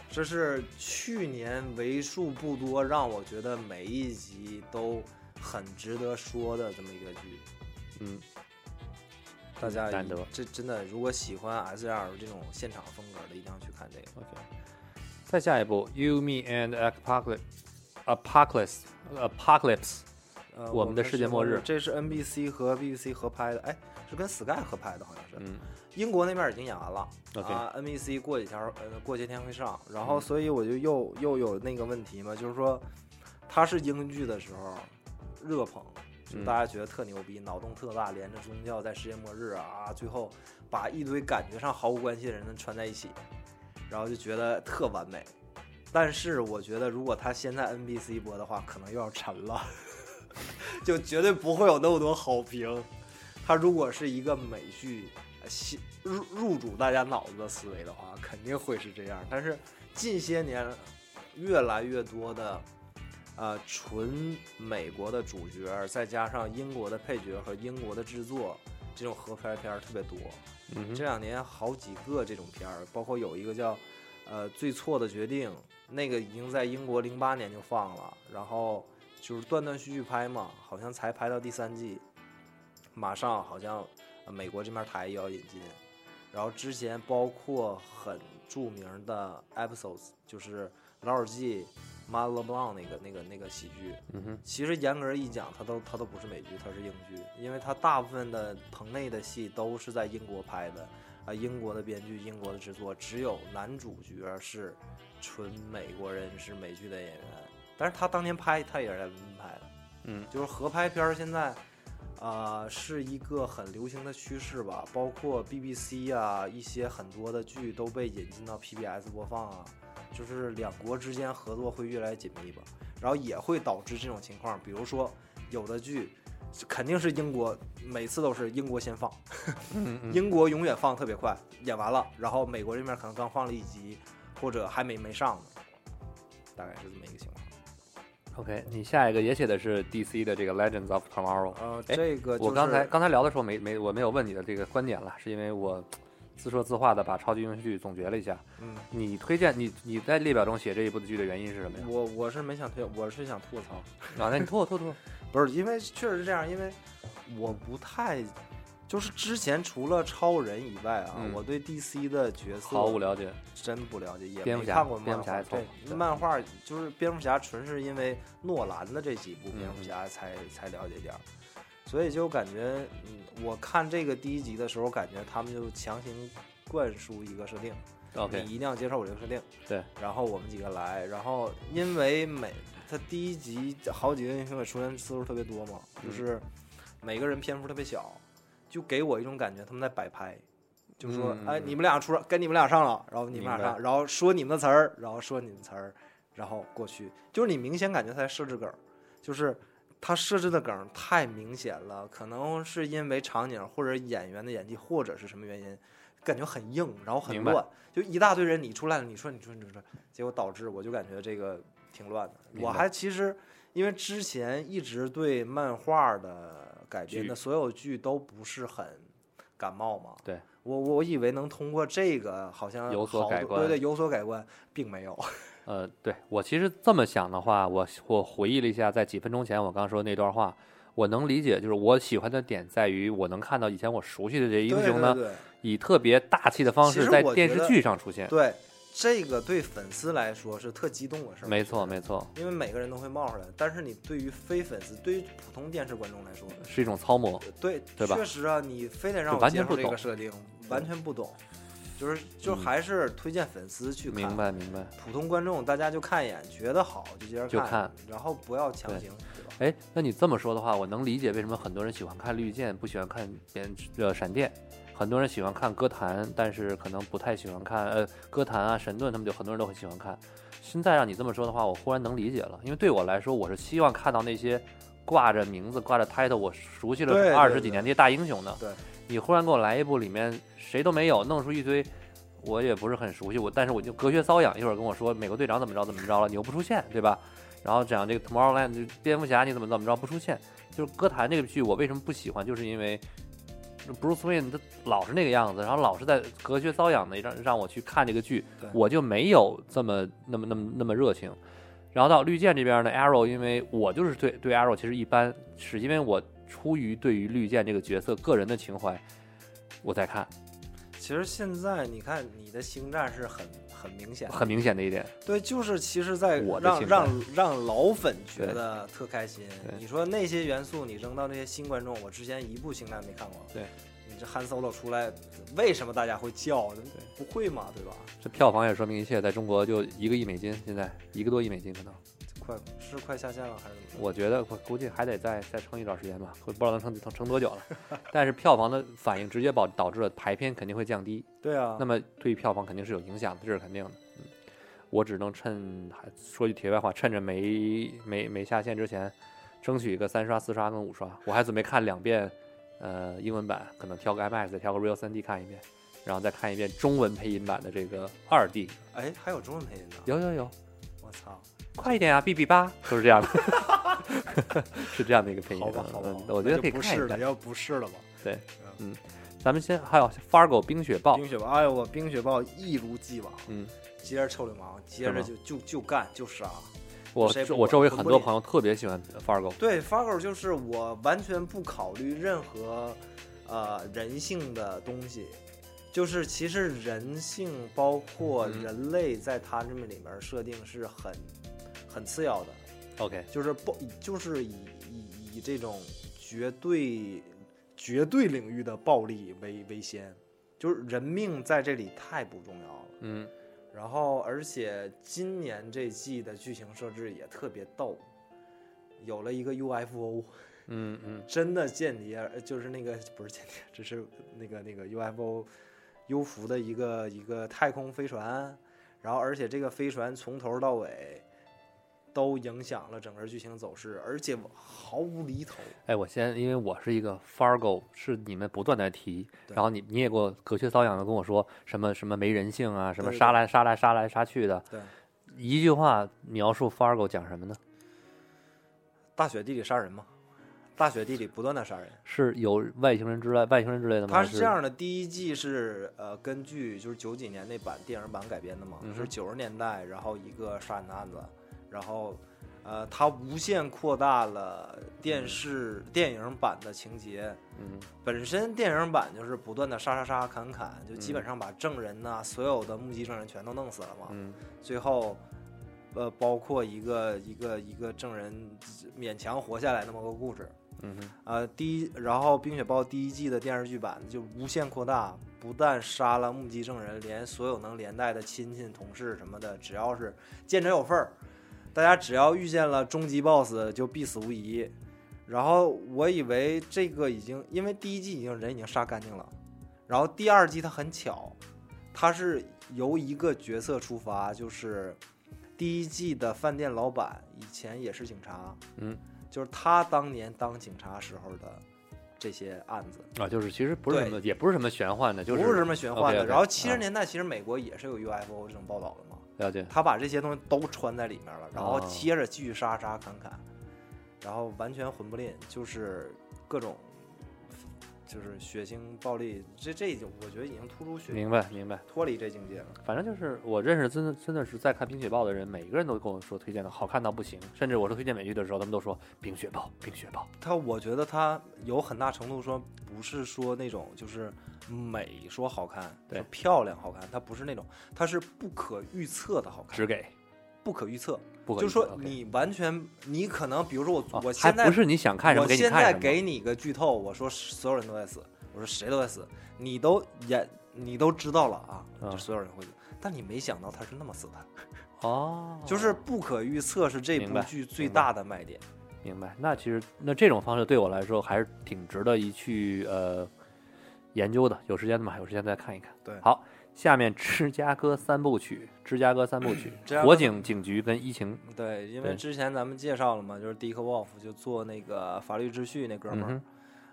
Speaker 7: 这是去年为数不多让我觉得每一集都很值得说的这么一个剧。
Speaker 3: 嗯，
Speaker 7: 大家
Speaker 3: 难得
Speaker 7: 这真的，如果喜欢 S L 这种现场风格的，一定要去看这个。
Speaker 3: OK。再下一步 You Me and Apocalypse Apocalypse Apocalypse
Speaker 7: 呃，
Speaker 3: 我们的世界末日
Speaker 7: 这是 NBC 和 BBC 合拍的，哎，是跟 Sky 合拍的，好像是。
Speaker 3: 嗯
Speaker 7: 英国那边已经演完了
Speaker 3: OK 嗯
Speaker 7: 啊，NBC 过几天呃过些天会上，然后所以我就又又有那个问题嘛，就是说它是英剧的时候热捧，就
Speaker 3: 嗯
Speaker 7: 大家觉得特牛逼，脑洞特大，连着宗教在世界末日啊，最后把一堆感觉上毫无关系的人们串在一起，然后就觉得特完美。但是我觉得，如果它先在 NBC 播的话，可能又要沉了， 就绝对不会有那么多好评。它如果是一个美剧，呃吸入入主大家脑子的思维的话，肯定会是这样。但是近些年，越来越多的，呃，纯美国的主角，再加上英国的配角和英国的制作，这种合拍片儿特别多。
Speaker 3: 嗯哼，
Speaker 7: 这两年好几个这种片儿，包括有一个叫呃《最错的决定》，那个已经在英国零八年就放了，然后就是断断续续拍嘛，好像才拍到第三季，马上好像、呃美国这边台也要引进，然后之前包括很著名的 episodes，就是老友记、妈勒布朗那个那个那个喜剧。
Speaker 3: 嗯哼，
Speaker 7: 其实严格儿一讲，它都它都不是美剧，它是英剧，因为它大部分的棚内的戏都是在英国拍的，啊，英国的编剧、英国的制作，只有男主角是纯美国人，是美剧的演员。但是他当年拍，他也是在伦敦拍的，
Speaker 3: 嗯，
Speaker 7: 就是合拍片儿现在，啊、是一个很流行的趋势吧，包括 BBC 啊，一些很多的剧都被引进到 PBS 播放啊，就是两国之间合作会越来越紧密吧。然后也会导致这种情况。比如说，有的剧肯定是英国，每次都是英国先放，
Speaker 3: 嗯
Speaker 7: 英国永远放得特别快，演完了，然后美国这边可能刚放了一集，或者还没没上呢，大概是这么一个情况。
Speaker 3: OK，你下一个也写的是 DC 的这个 Legends of Tomorrow。
Speaker 7: 呃，
Speaker 3: 哎
Speaker 7: 这个、就是、
Speaker 3: 我刚才刚才聊的时候没没我没有问你的这个观点了，是因为我自说自话的把超级英雄剧总结了一下。
Speaker 7: 嗯，
Speaker 3: 你推荐你你在列表中写这一部剧的原因是什么呀？
Speaker 7: 我我是没想推，我是想吐槽，
Speaker 3: 啊，那你吐吐吐，
Speaker 7: 不是因为确实是这样，因为我不太。就是之前除了超人以外啊，
Speaker 3: 嗯
Speaker 7: 我对 DC 的角色
Speaker 3: 毫无了解。
Speaker 7: 真不了解，也
Speaker 3: 蝙
Speaker 7: 没
Speaker 3: 蝠侠
Speaker 7: 看过
Speaker 3: 蝙蝠
Speaker 7: 漫
Speaker 3: 侠
Speaker 7: 画。
Speaker 3: 也凑合对
Speaker 7: 对，漫画就是蝙蝠侠，纯是因为诺兰的这几部
Speaker 3: 嗯
Speaker 7: 蝙蝠侠才、才了解点儿，所以就感觉，嗯，我看这个第一集的时候，感觉他们就强行灌输一个设定
Speaker 3: OK，
Speaker 7: 你一定要接受我这个设定。
Speaker 3: 对，
Speaker 7: 然后我们几个来，然后因为每他第一集好几个英雄也出现次数特别多嘛，
Speaker 3: 嗯
Speaker 7: 就是每个人篇幅特别小，就给我一种感觉他们在摆拍，就说、
Speaker 3: 嗯
Speaker 7: 哎你们俩出来，该你们俩上了，然后你们俩
Speaker 3: 明白
Speaker 7: 上，然后说你们的词儿，然后说你们词儿，然后过去，就是你明显感觉他在设置梗儿，就是。他设置的梗儿太明显了，可能是因为场景或者演员的演技，或者是什么原因，感觉很硬，然后很
Speaker 3: 明白
Speaker 7: 乱，就一大堆人你出来了，你说你说你说，你说结果导致我就感觉这个挺乱的。
Speaker 3: 明白
Speaker 7: 我还其实因为之前一直对漫画的改编
Speaker 3: 剧
Speaker 7: 的所有剧都不是很感冒嘛，
Speaker 3: 对
Speaker 7: 我我以为能通过这个好像
Speaker 3: 有所
Speaker 7: 好
Speaker 3: 改
Speaker 7: 多
Speaker 3: 观
Speaker 7: 对对，有所改观，并 没有。
Speaker 3: 呃，对我其实这么想的话，我我回忆了一下，在几分钟前我刚说的那段话，我能理解，就是我喜欢的点在于我能看到以前我熟悉的这些英雄呢，
Speaker 7: 对对对
Speaker 3: 以特别大气的方
Speaker 7: 其
Speaker 3: 式
Speaker 7: 实
Speaker 3: 在
Speaker 7: 我
Speaker 3: 电
Speaker 7: 觉
Speaker 3: 视
Speaker 7: 得
Speaker 3: 剧上出现。
Speaker 7: 对这个对粉丝来说是特激动的事儿，
Speaker 3: 没错，没错，
Speaker 7: 因为每个人都会冒出来，但是你对于非粉丝，对于普通电视观众来说，
Speaker 3: 是一种操磨。
Speaker 7: 对，
Speaker 3: 嗯对吧
Speaker 7: 确实啊，你非得让
Speaker 3: 就
Speaker 7: 我
Speaker 3: 完
Speaker 7: 接
Speaker 3: 全
Speaker 7: 受
Speaker 3: 不
Speaker 7: 这个
Speaker 3: 懂
Speaker 7: 设定，完全不懂。就是就
Speaker 3: 嗯
Speaker 7: 还是推荐粉丝去看，
Speaker 3: 明白，明白。
Speaker 7: 普通观众大家就看一眼，觉得好就接着
Speaker 3: 就看
Speaker 7: 然后不要强
Speaker 3: 对
Speaker 7: 行，对吧？
Speaker 3: 哎，那你这么说的话，我能理解为什么很多人喜欢看绿箭，不喜欢看蝙呃闪电。很多人喜欢看歌坛，但是可能不太喜欢看呃歌坛啊神盾，他们就很多人都很喜欢看。现在让你这么说的话，我忽然能理解了，因为对我来说，我是希望看到那些挂着名字、挂着 title，我熟悉
Speaker 7: 对
Speaker 3: 了
Speaker 7: 对
Speaker 3: 二十几年这些大英雄的。
Speaker 7: 对
Speaker 3: 你忽然给我来一部里面谁都没有，弄出一堆我也不是很熟悉，我但是我就隔靴搔痒，一会儿跟我说美国队长怎么着怎么着了，你又不出现，对吧？然后讲这个 Tomorrowland 就蝙蝠侠你怎么怎么着不出现，就是歌坛这个剧我为什么不喜欢，就是因为 Bruce Wayne 他老是那个样子，然后老是在隔靴搔痒的让让我去看这个剧
Speaker 7: 对，
Speaker 3: 我就没有这么那么那么那么热情。然后到绿箭这边呢，Arrow，因为我就是对对 Arrow 其实一般，是因为我出于对于绿箭这个角色个人的情怀，我在看，
Speaker 7: 其实现在你看你的星战是很很明显的，
Speaker 3: 很明显的一点，
Speaker 7: 对，就是其实，在
Speaker 3: 我的
Speaker 7: 让
Speaker 3: 星战
Speaker 7: 让让老粉觉
Speaker 3: 对
Speaker 7: 得特开心
Speaker 3: 对。
Speaker 7: 你说那些元素你扔到那些新观众，我之前一部星战没看过，
Speaker 3: 对。
Speaker 7: 你这汉 solo 出来，为什么大家会叫？不会嘛，对吧？
Speaker 3: 这票房也说明一切，在中国就一个亿美金，现在一个多亿美金可能，
Speaker 7: 快是快下线了还是怎么着？
Speaker 3: 我觉得我估计还得再再撑一段时间吧，会不知道能撑能撑多久了。但是票房的反应直接导导致了排片肯定会降低，
Speaker 7: 对啊，
Speaker 3: 那么对于票房肯定是有影响的，这是肯定的。嗯，我只能趁还说句题外话，趁着没没没下线之前，争取一个三刷、四刷跟五刷。我还准备看两遍，呃，英文版，可能挑个 IMAX，再挑个 Real 3D 看一遍，然后再看一遍中文配音版的这个二 D。
Speaker 7: 哎，还有中文配音呢！
Speaker 3: 有有有，
Speaker 7: 我操，
Speaker 3: 快一点啊，B B 八， 都是这样的，是这样的一个配音。
Speaker 7: 好吧，好吧，
Speaker 3: 嗯
Speaker 7: 好吧，
Speaker 3: 我觉得
Speaker 7: 那
Speaker 3: 可以
Speaker 7: 就不
Speaker 3: 看
Speaker 7: 是
Speaker 3: 一
Speaker 7: 了，
Speaker 3: 下。
Speaker 7: 要不是了吧？
Speaker 3: 咱们先还有 Fargo 冰雪暴，
Speaker 7: 冰雪暴，哎呦，我冰雪暴一如既往，
Speaker 3: 哦嗯，
Speaker 7: 接着臭流氓，接着
Speaker 3: 是
Speaker 7: 就就就干就啊杀。
Speaker 3: 我
Speaker 7: 谁不
Speaker 3: 我周围
Speaker 7: 管
Speaker 3: 很
Speaker 7: 不
Speaker 3: 多
Speaker 7: 理
Speaker 3: 朋友特别喜欢 Fargo，
Speaker 7: 对，Fargo 就是我完全不考虑任何呃人性的东西，就是其实人性包括
Speaker 3: 嗯
Speaker 7: 人类在他这么里面设定是很很次要的，
Speaker 3: OK，
Speaker 7: 就是不就是以以以这种绝对绝对领域的暴力为为先，就是人命在这里太不重要了。
Speaker 3: 嗯
Speaker 7: 然后，而且今年这季的剧情设置也特别逗，有了一个 UFO，
Speaker 3: 嗯嗯
Speaker 7: 真的间谍，呃就是那个不是间谍，只是那个那个 UFO 幽浮的一个一个太空飞船。然后，而且这个飞船从头到尾都影响了整个剧情走势，而且毫无厘头。
Speaker 3: 哎，我先，因为我是一个 Fargo，是你们不断在提，
Speaker 7: 对
Speaker 3: 然后你你也给我隔靴搔痒的跟我说什么什么没人性啊，什么
Speaker 7: 对
Speaker 3: 杀
Speaker 7: 对
Speaker 3: 来杀来杀来杀去的，
Speaker 7: 对，
Speaker 3: 一句话描述 Fargo 讲什么呢？
Speaker 7: 大雪地里杀人嘛，大雪地里不断的杀人。
Speaker 3: 是有外星人之类外星人之类的吗？
Speaker 7: 它
Speaker 3: 还
Speaker 7: 是
Speaker 3: 是
Speaker 7: 这样的，第一季是呃根据就是九几年那版电影版改编的嘛，
Speaker 3: 嗯哼
Speaker 7: 是九十年代，然后一个杀人的案子，然后呃它无限扩大了电视、电影版的情节。
Speaker 3: 嗯
Speaker 7: 本身电影版就是不断的杀杀杀砍砍，就基本上把证人呐、所有的目击证人全都弄死了嘛。
Speaker 3: 嗯
Speaker 7: 最后，呃，包括一个一个一个证人呃勉强活下来那么个故事。
Speaker 3: 嗯哼
Speaker 7: 呃，第一，然后《冰雪暴》第一季的电视剧版就无限扩大，不但杀了目击证人，连所有能连带的亲戚、同事什么的，只要是见者有份儿，大家只要遇见了终极 BOSS 就必死无疑。然后我以为这个已经，因为第一季已经人已经杀干净了，然后第二季它很巧，它是由一个角色出发，就是第一季的饭店老板以前也是警察，
Speaker 3: 嗯，
Speaker 7: 就是他当年当警察时候的这些案子，
Speaker 3: 啊，就是其实不是
Speaker 7: 对
Speaker 3: 什么，也不是什么玄幻的，就是
Speaker 7: 不是什么玄幻的。
Speaker 3: OK，OK，
Speaker 7: 然后七
Speaker 3: 啊
Speaker 7: 十年代其实美国也是有 UFO 这种报道的嘛，
Speaker 3: 了解，
Speaker 7: 他把这些东西都穿在里面了，然后
Speaker 3: 哦
Speaker 7: 接着继续杀杀砍砍，然后完全混不吝，就是各种。就是血腥暴力，这这已经我觉得已经突出血
Speaker 3: 明白明白。
Speaker 7: 脱离这境界了。
Speaker 3: 反正就是我认识真的真的是在看《冰雪暴》的人，每个人都跟我说推荐的好看到不行，甚至我说推荐美剧的时候，他们都说《冰雪暴》《冰雪暴
Speaker 7: 他我觉得他有很大程度说不是说那种就是美说好看，
Speaker 3: 对
Speaker 7: 说漂亮好看，它不是那种，它是不可预测的好》，看
Speaker 3: 只，给
Speaker 7: 不可预测，
Speaker 3: 不可
Speaker 7: 就是说
Speaker 3: OK
Speaker 7: 你完全你可能比如说我、
Speaker 3: 啊
Speaker 7: 我
Speaker 3: 还
Speaker 7: 现在
Speaker 3: 不是你想看什么
Speaker 7: 我
Speaker 3: 给你
Speaker 7: 现
Speaker 3: 看
Speaker 7: 在
Speaker 3: 什么，
Speaker 7: 给你个剧透，我说所有人都在死，我说谁都在死，你都演你都知道了啊，
Speaker 3: 嗯
Speaker 7: 就所有人会死，但你没想到他是那么死的，
Speaker 3: 哦，
Speaker 7: 就是不可预测是这
Speaker 3: 明
Speaker 7: 部
Speaker 3: 白
Speaker 7: 剧最
Speaker 3: 明白
Speaker 7: 大的卖点。
Speaker 3: 明白。那其实那这种方式对我来说还是挺值得一去呃研究的。有时间的嘛，有时间再看一看。
Speaker 7: 对
Speaker 3: 好，下面芝加哥三部曲，芝加哥三部曲
Speaker 7: 芝加，哥
Speaker 3: 火
Speaker 7: 三
Speaker 3: 警警局跟疫情，
Speaker 7: 对，因为
Speaker 3: 对
Speaker 7: 之前咱们介绍了嘛，就是 Dick Wolf 就做那个法律秩序那哥
Speaker 3: 嗯
Speaker 7: 们儿、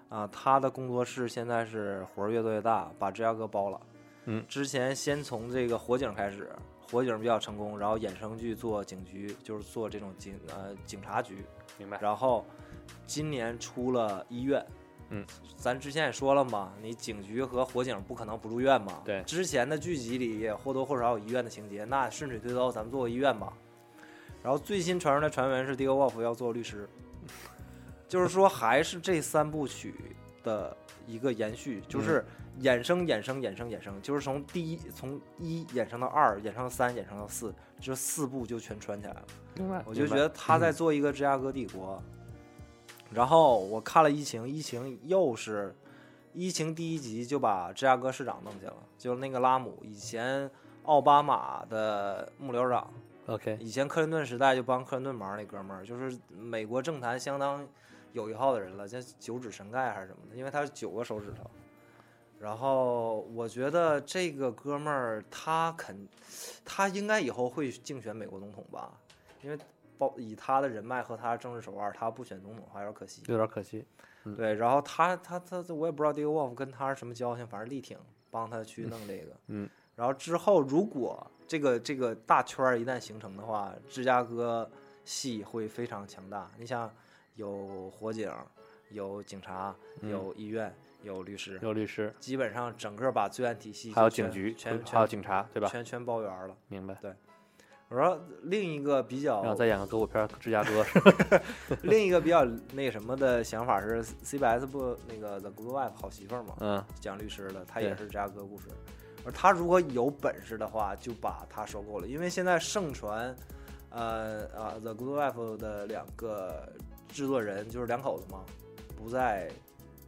Speaker 3: 哼，
Speaker 7: 啊，他的工作室现在是活儿越做越大，把芝加哥包了。
Speaker 3: 嗯
Speaker 7: 之前先从这个火警开始，火警比较成功，然后衍生剧做警局，就是做这种警呃警察局，
Speaker 3: 明白。
Speaker 7: 然后今年出了医院。
Speaker 3: 嗯，
Speaker 7: 咱之前也说了嘛，你警局和火警不可能不住院嘛。
Speaker 3: 对
Speaker 7: 之前的剧集里也或多或少有医院的情节，那顺水推舟，咱们做个医院吧。然后最新传出来传闻是 d i g o Wolf 要做 律师，就是说还是这三部曲的一个延续，就是
Speaker 3: 嗯
Speaker 7: 衍生、衍生、衍生、衍生，就是从第一从一衍生到二，衍生到三，衍生到四，这四部就全串起来了。
Speaker 3: 明白。
Speaker 7: 我就
Speaker 3: 明
Speaker 7: 觉
Speaker 3: 白嗯
Speaker 7: 得他在做一个芝加哥帝国。然后我看了疫情，疫情又是疫情第一集就把芝加哥市长弄去了，就是那个拉姆，以前奥巴马的幕僚长，
Speaker 3: OK，
Speaker 7: 以前克林顿时代就帮克林顿忙那哥们儿，就是美国政坛相当有一号的人了，叫九指神丐还是什么的，因为他是九个手指头。然后我觉得这个哥们儿他肯，他应该以后会竞选美国总统吧，因为包以他的人脉和他的政治手腕，他不选总统还有点可惜。
Speaker 3: 有点可惜。
Speaker 7: 对，然后他他他，我也不知道 d i g Wolf 跟他是什么交情，反正力挺帮他去弄这个。
Speaker 3: 嗯嗯
Speaker 7: 然后之后如果这个这个大圈儿一旦形成的话，芝加哥系会非常强大。你想，有火警，有警察，
Speaker 3: 嗯
Speaker 7: 有医院，有律师，
Speaker 3: 有律师，
Speaker 7: 基本上整个把罪案体系
Speaker 3: 还有
Speaker 7: 就
Speaker 3: 警
Speaker 7: 全
Speaker 3: 局，
Speaker 7: 全
Speaker 3: 还有
Speaker 7: 全
Speaker 3: 警察，对吧？
Speaker 7: 全全包圆了。
Speaker 3: 明白。
Speaker 7: 对我说另一个比较
Speaker 3: 然后再演个歌舞片儿《芝加 哥》
Speaker 7: 另一个比较那什么的想法是，CBS 不那个《The Good Wife》好媳妇儿嘛，
Speaker 3: 嗯，
Speaker 7: 讲律师的，他
Speaker 3: 对
Speaker 7: 也是芝加哥故事。而他如果有本事的话，就把他收购了，因为现在盛传，呃啊，《The Good Wife》的两个制作人就是两口子嘛，不在，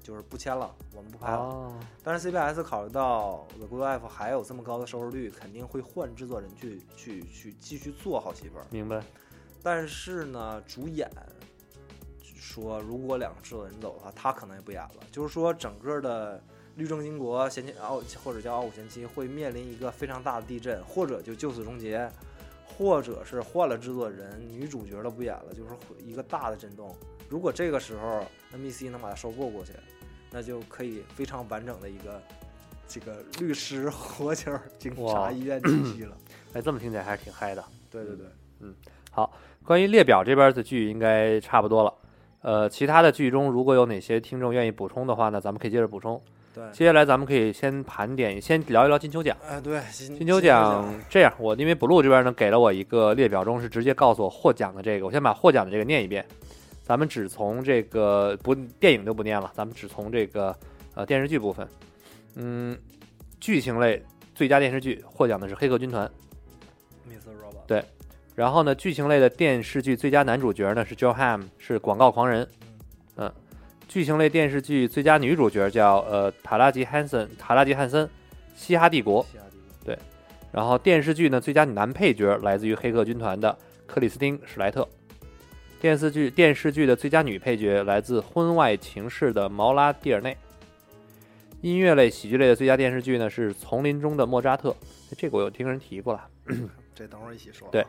Speaker 7: 就是不签了，我们不拍了。
Speaker 3: 哦，
Speaker 7: 但是 CBS 考虑到 The Good Wife 还有这么高的收视率，肯定会换制作人去去去继续做好媳妇儿。
Speaker 3: 明白，
Speaker 7: 但是呢，主演说如果两个制作人走的话，他可能也不演了。就是说，整个的律政英国前期奥或者叫奥古前期会面临一个非常大的地震，或者就就此终结，或者是换了制作人，女主角都不演了，就是会一个大的震动。如果这个时候 NBC 能把它收购过去，那就可以非常完整的一个。这个律师、火警、警
Speaker 3: 哇
Speaker 7: 察、医院体系了，
Speaker 3: 哎，这么听起来还是挺嗨的。
Speaker 7: 对对对，
Speaker 3: 嗯关于列表这边的剧应该差不多了，呃，其他的剧中如果有哪些听众愿意补充的话呢，咱们可以接着补充。
Speaker 7: 对，
Speaker 3: 接下来咱们可以先盘点，先聊一聊金球奖。
Speaker 7: 哎对，金
Speaker 3: 嗯金球奖这样，我因为 blue 这边呢给了我一个列表中是直接告诉我获奖的这个，我先把获奖的这个念一遍。咱们只从这个不电影就不念了，咱们只从这个呃电视剧部分。嗯，剧情类最佳电视剧获奖的是《黑客军团》，
Speaker 7: Mr. Robot，
Speaker 3: 然后呢，剧情类的电视剧最佳男主角呢是 Joe Ham，是《广告狂人》。嗯，剧情类电视剧最佳女主角叫呃塔拉吉汉森，塔拉吉汉森，《嘻哈帝国》。
Speaker 7: 西雅图
Speaker 3: 然后电视剧呢，最佳男配角来自于《黑客军团》的克里斯汀·史莱特。电视剧电视剧的最佳女配角来自《婚外情事》的毛拉蒂尔内。音乐类、喜剧类的最佳电视剧呢是《丛林中的莫扎特》，这个我有听人提过了。
Speaker 7: 这等会儿一起说。啊
Speaker 3: 对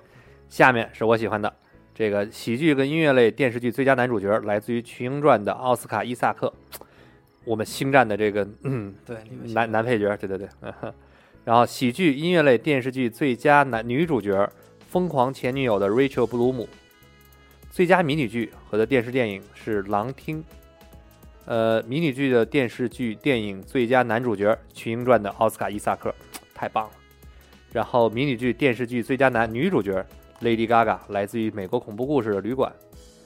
Speaker 3: 下面是我喜欢的这个喜剧跟音乐类电视剧最佳男主角，来自于《群英传》的奥斯卡·伊萨克，我们星战的这个嗯
Speaker 7: 对，你们
Speaker 3: 男男配角，对对对。嗯然后喜剧音乐类电视剧最佳男女主角，《疯狂前女友》的 Rachel 布鲁姆，最佳迷你剧和的电视电影是《狼厅》。呃，迷你剧的电视剧电影最佳男主角，《群英传》的奥斯卡·伊萨克，太棒了。然后迷你剧电视剧最佳男女主角 Lady Gaga 来自于美国恐怖故事的旅馆，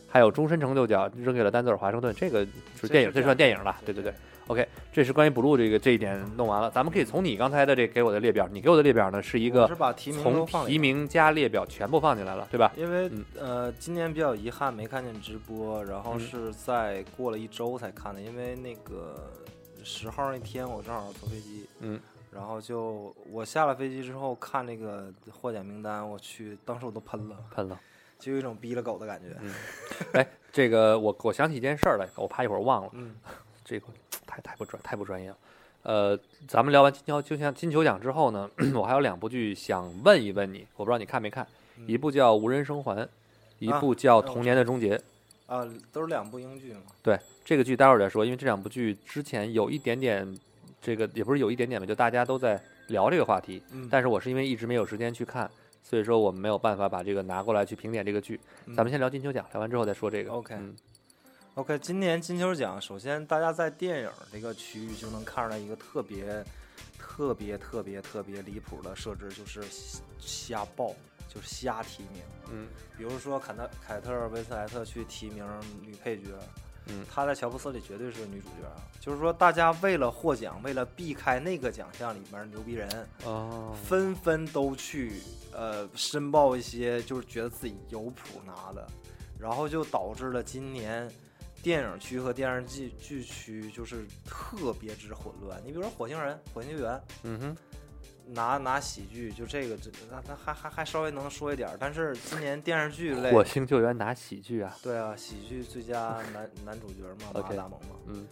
Speaker 3: 还有终身成就奖扔给了丹泽尔华盛顿，这个是电影，这算电影了，对对对。OK，这是关于 Blue 这个这一点弄完了，咱们可以从你刚才的这给我的列表，你给我的列表呢是一
Speaker 7: 一
Speaker 3: 个
Speaker 7: 是把提名
Speaker 3: 从
Speaker 7: 都放里
Speaker 3: 提
Speaker 7: 了，
Speaker 3: 名加列表全部放进来了，对吧？
Speaker 7: 因为
Speaker 3: 嗯
Speaker 7: 呃，今年比较遗憾没看见直播，然后
Speaker 3: 嗯
Speaker 7: 是在过了一周才看的，因为那个十号那天我正好坐飞机，
Speaker 3: 嗯，
Speaker 7: 然后就我下了飞机之后看那个获奖名单，我去，当时我都喷了，
Speaker 3: 喷了。
Speaker 7: 就有一种逼了狗的感觉。
Speaker 3: 这个我我想起一件事儿来，我怕一会儿忘了。
Speaker 7: 嗯，
Speaker 3: 这个太太不专太不专业了。呃，咱们聊完金球就像金球奖之后呢， 我还有两部剧想问一问你，我不知道你看没看，
Speaker 7: 嗯
Speaker 3: 一部叫《无人生还》，一
Speaker 7: 啊
Speaker 3: 部叫《
Speaker 7: 我
Speaker 3: 童年的终结》。
Speaker 7: 啊，都是两部英剧嘛。
Speaker 3: 对这个剧，待会儿再说，因为这两部剧之前有一点点，这个也不是有一点点吧，就大家都在聊这个话题，
Speaker 7: 嗯，
Speaker 3: 但是我是因为一直没有时间去看，所以说我们没有办法把这个拿过来去评点这个剧。
Speaker 7: 嗯
Speaker 3: 咱们先聊金球奖，聊完之后再说这个。
Speaker 7: OK
Speaker 3: 嗯
Speaker 7: OK，今年金球奖，首先大家在电影这个区域就能看出来一个特别、特别、特别、特别离谱的设置，就是瞎瞎报，就是瞎提名。
Speaker 3: 嗯
Speaker 7: 比如说凯特凯特·维斯莱特去提名女配角，
Speaker 3: 嗯
Speaker 7: 她在乔布斯里绝对是个女主角。啊就是说，大家为了获奖，为了避开那个奖项里面牛逼人，
Speaker 3: 哦，
Speaker 7: 纷纷都去呃申报一些就是觉得自己有谱拿的，然后就导致了今年电影区和电视剧剧区就是特别之混乱。你比如说《火星人》《火星救援》
Speaker 3: 嗯哼，
Speaker 7: 拿拿喜剧，就这个这那那还还还稍微能说一点儿，但是今年电视剧类
Speaker 3: 火星救援拿喜剧啊，
Speaker 7: 对啊，喜剧最佳男男主角嘛，马
Speaker 3: OK
Speaker 7: 达蒙嘛。
Speaker 3: 嗯。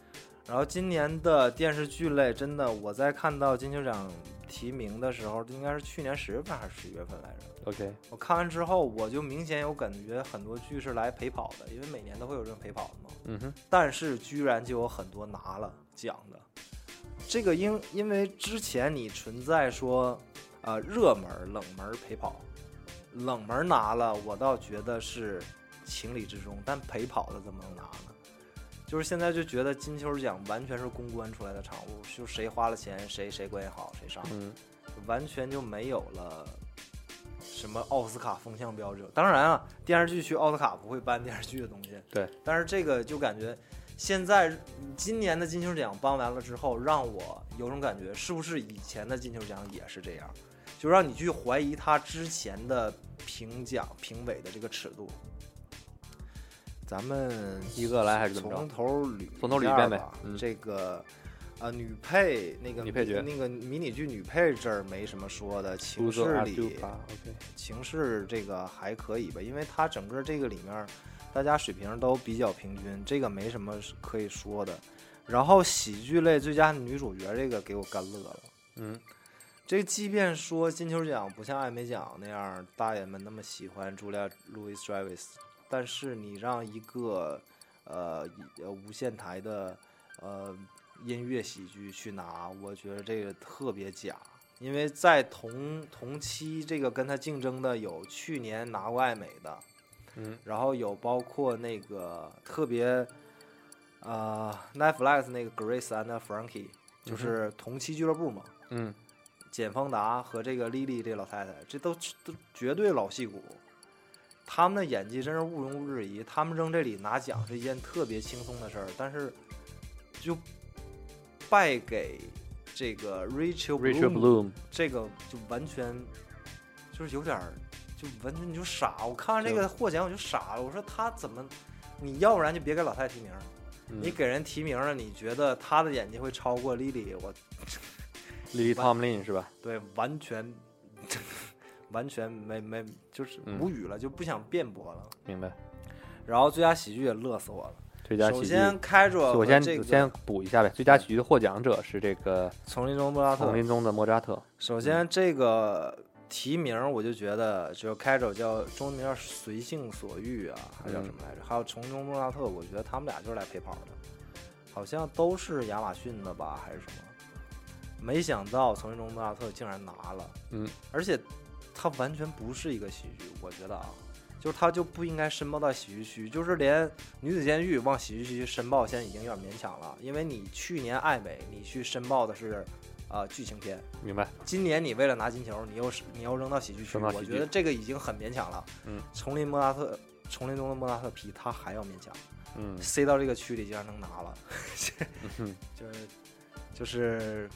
Speaker 7: 然后今年的电视剧类，真的我在看到金球奖提名的时候，应该是去年十月份还是十一月份来着。
Speaker 3: OK，
Speaker 7: 我看完之后，我就明显有感觉，很多剧是来陪跑的，因为每年都会有这种陪跑的嘛。
Speaker 3: 嗯哼，
Speaker 7: 但是居然就有很多拿了奖的，这个因因为之前你存在说，呃，热门、冷门陪跑，冷门拿了，我倒觉得是情理之中，但陪跑的怎么能拿呢？就是现在就觉得金球奖完全是公关出来的产物，就谁花了钱，谁谁关系好，谁上。
Speaker 3: 嗯，
Speaker 7: 完全就没有了什么奥斯卡风向标这种。当然啊，电视剧去奥斯卡不会颁电视剧的东西，
Speaker 3: 对。
Speaker 7: 但是这个就感觉现在今年的金球奖颁完了之后，让我有种感觉，是不是以前的金球奖也是这样？就让你去怀疑他之前的评奖评委的这个尺度。咱们
Speaker 3: 一个来还是怎么着
Speaker 7: 从头捋
Speaker 3: 从头捋一
Speaker 7: 一下
Speaker 3: 遍呗
Speaker 7: 吧
Speaker 3: 嗯
Speaker 7: 这个啊，女配那个
Speaker 3: 女配角
Speaker 7: 那个迷你剧女配这儿没什么说的，情
Speaker 3: Suzo
Speaker 7: 势里
Speaker 3: Aduka，OK
Speaker 7: 情势这个还可以吧，因为它整个这个里面儿大家水平都比较平均，这个没什么可以说的。然后喜剧类最佳女主角这个给我干乐了。
Speaker 3: 嗯，
Speaker 7: 这即便说金球奖不像艾美奖那样大爷们那么喜欢茱莉亚·路易斯 ·Travis，但是你让一个呃一呃无线台的呃音乐喜剧去拿，我觉得这个特别假。因为在同同期这个跟他竞争的有去年拿过艾美的，
Speaker 3: 嗯，
Speaker 7: 然后有包括那个特别呃 Netflix 那个 Grace and Frankie，就是同期俱乐部嘛，
Speaker 3: 嗯，
Speaker 7: 简方达和这个莉莉这老太太，这都都绝对老戏骨，他们的演技真是毋庸置疑。他们扔这里拿奖是一件特别轻松的事儿，但是就败给这个 Rachel
Speaker 3: Rachel
Speaker 7: Bloom
Speaker 3: Bloom
Speaker 7: 这个就完全就是有点儿，就完全你就傻。我看完这个获奖我就傻了，我说他怎么？你要不然就别给老太提名，
Speaker 3: 嗯
Speaker 7: 你给人提名了，你觉得他的演技会超过莉莉？我
Speaker 3: Lily Tomlin 是吧？
Speaker 7: 对，完全 完全没没就是
Speaker 3: 嗯
Speaker 7: 无语了，就不想辩驳了。
Speaker 3: 明白。
Speaker 7: 然后最佳喜剧也乐死我了。
Speaker 3: 最佳
Speaker 7: 首
Speaker 3: 喜剧，
Speaker 7: 先开着
Speaker 3: 我
Speaker 7: 和
Speaker 3: 先
Speaker 7: 这个
Speaker 3: 先补一下呗。最佳喜剧的获奖者是这个
Speaker 7: 丛林中莫拉特
Speaker 3: 丛。林中的莫扎特，
Speaker 7: 首先这个提名我就觉得，就开着叫中文名叫随性所欲啊，还叫什么来着？还有丛林中莫拉特，我觉得他们俩就是来陪跑的，好像都是亚马逊的吧，还是什么？没想到丛林中莫拉特竟然拿了，
Speaker 3: 嗯，
Speaker 7: 而且它完全不是一个喜剧，我觉得啊，就是它就不应该申报到喜剧区，就是连女子监狱往喜剧区申报，现在已经有点勉强了，因为你去年艾美你去申报的是呃剧情片，
Speaker 3: 明白？
Speaker 7: 今年你为了拿金球，你又是你要扔到喜剧区，
Speaker 3: 扔到喜
Speaker 7: 我
Speaker 3: 剧
Speaker 7: 觉得这个已经很勉强了。
Speaker 3: 嗯，
Speaker 7: 丛林莫拉特，丛林中的莫拉特皮，他还要勉强，
Speaker 3: 嗯
Speaker 7: 塞到这个区里竟然能拿了，
Speaker 3: 哼
Speaker 7: 就是就是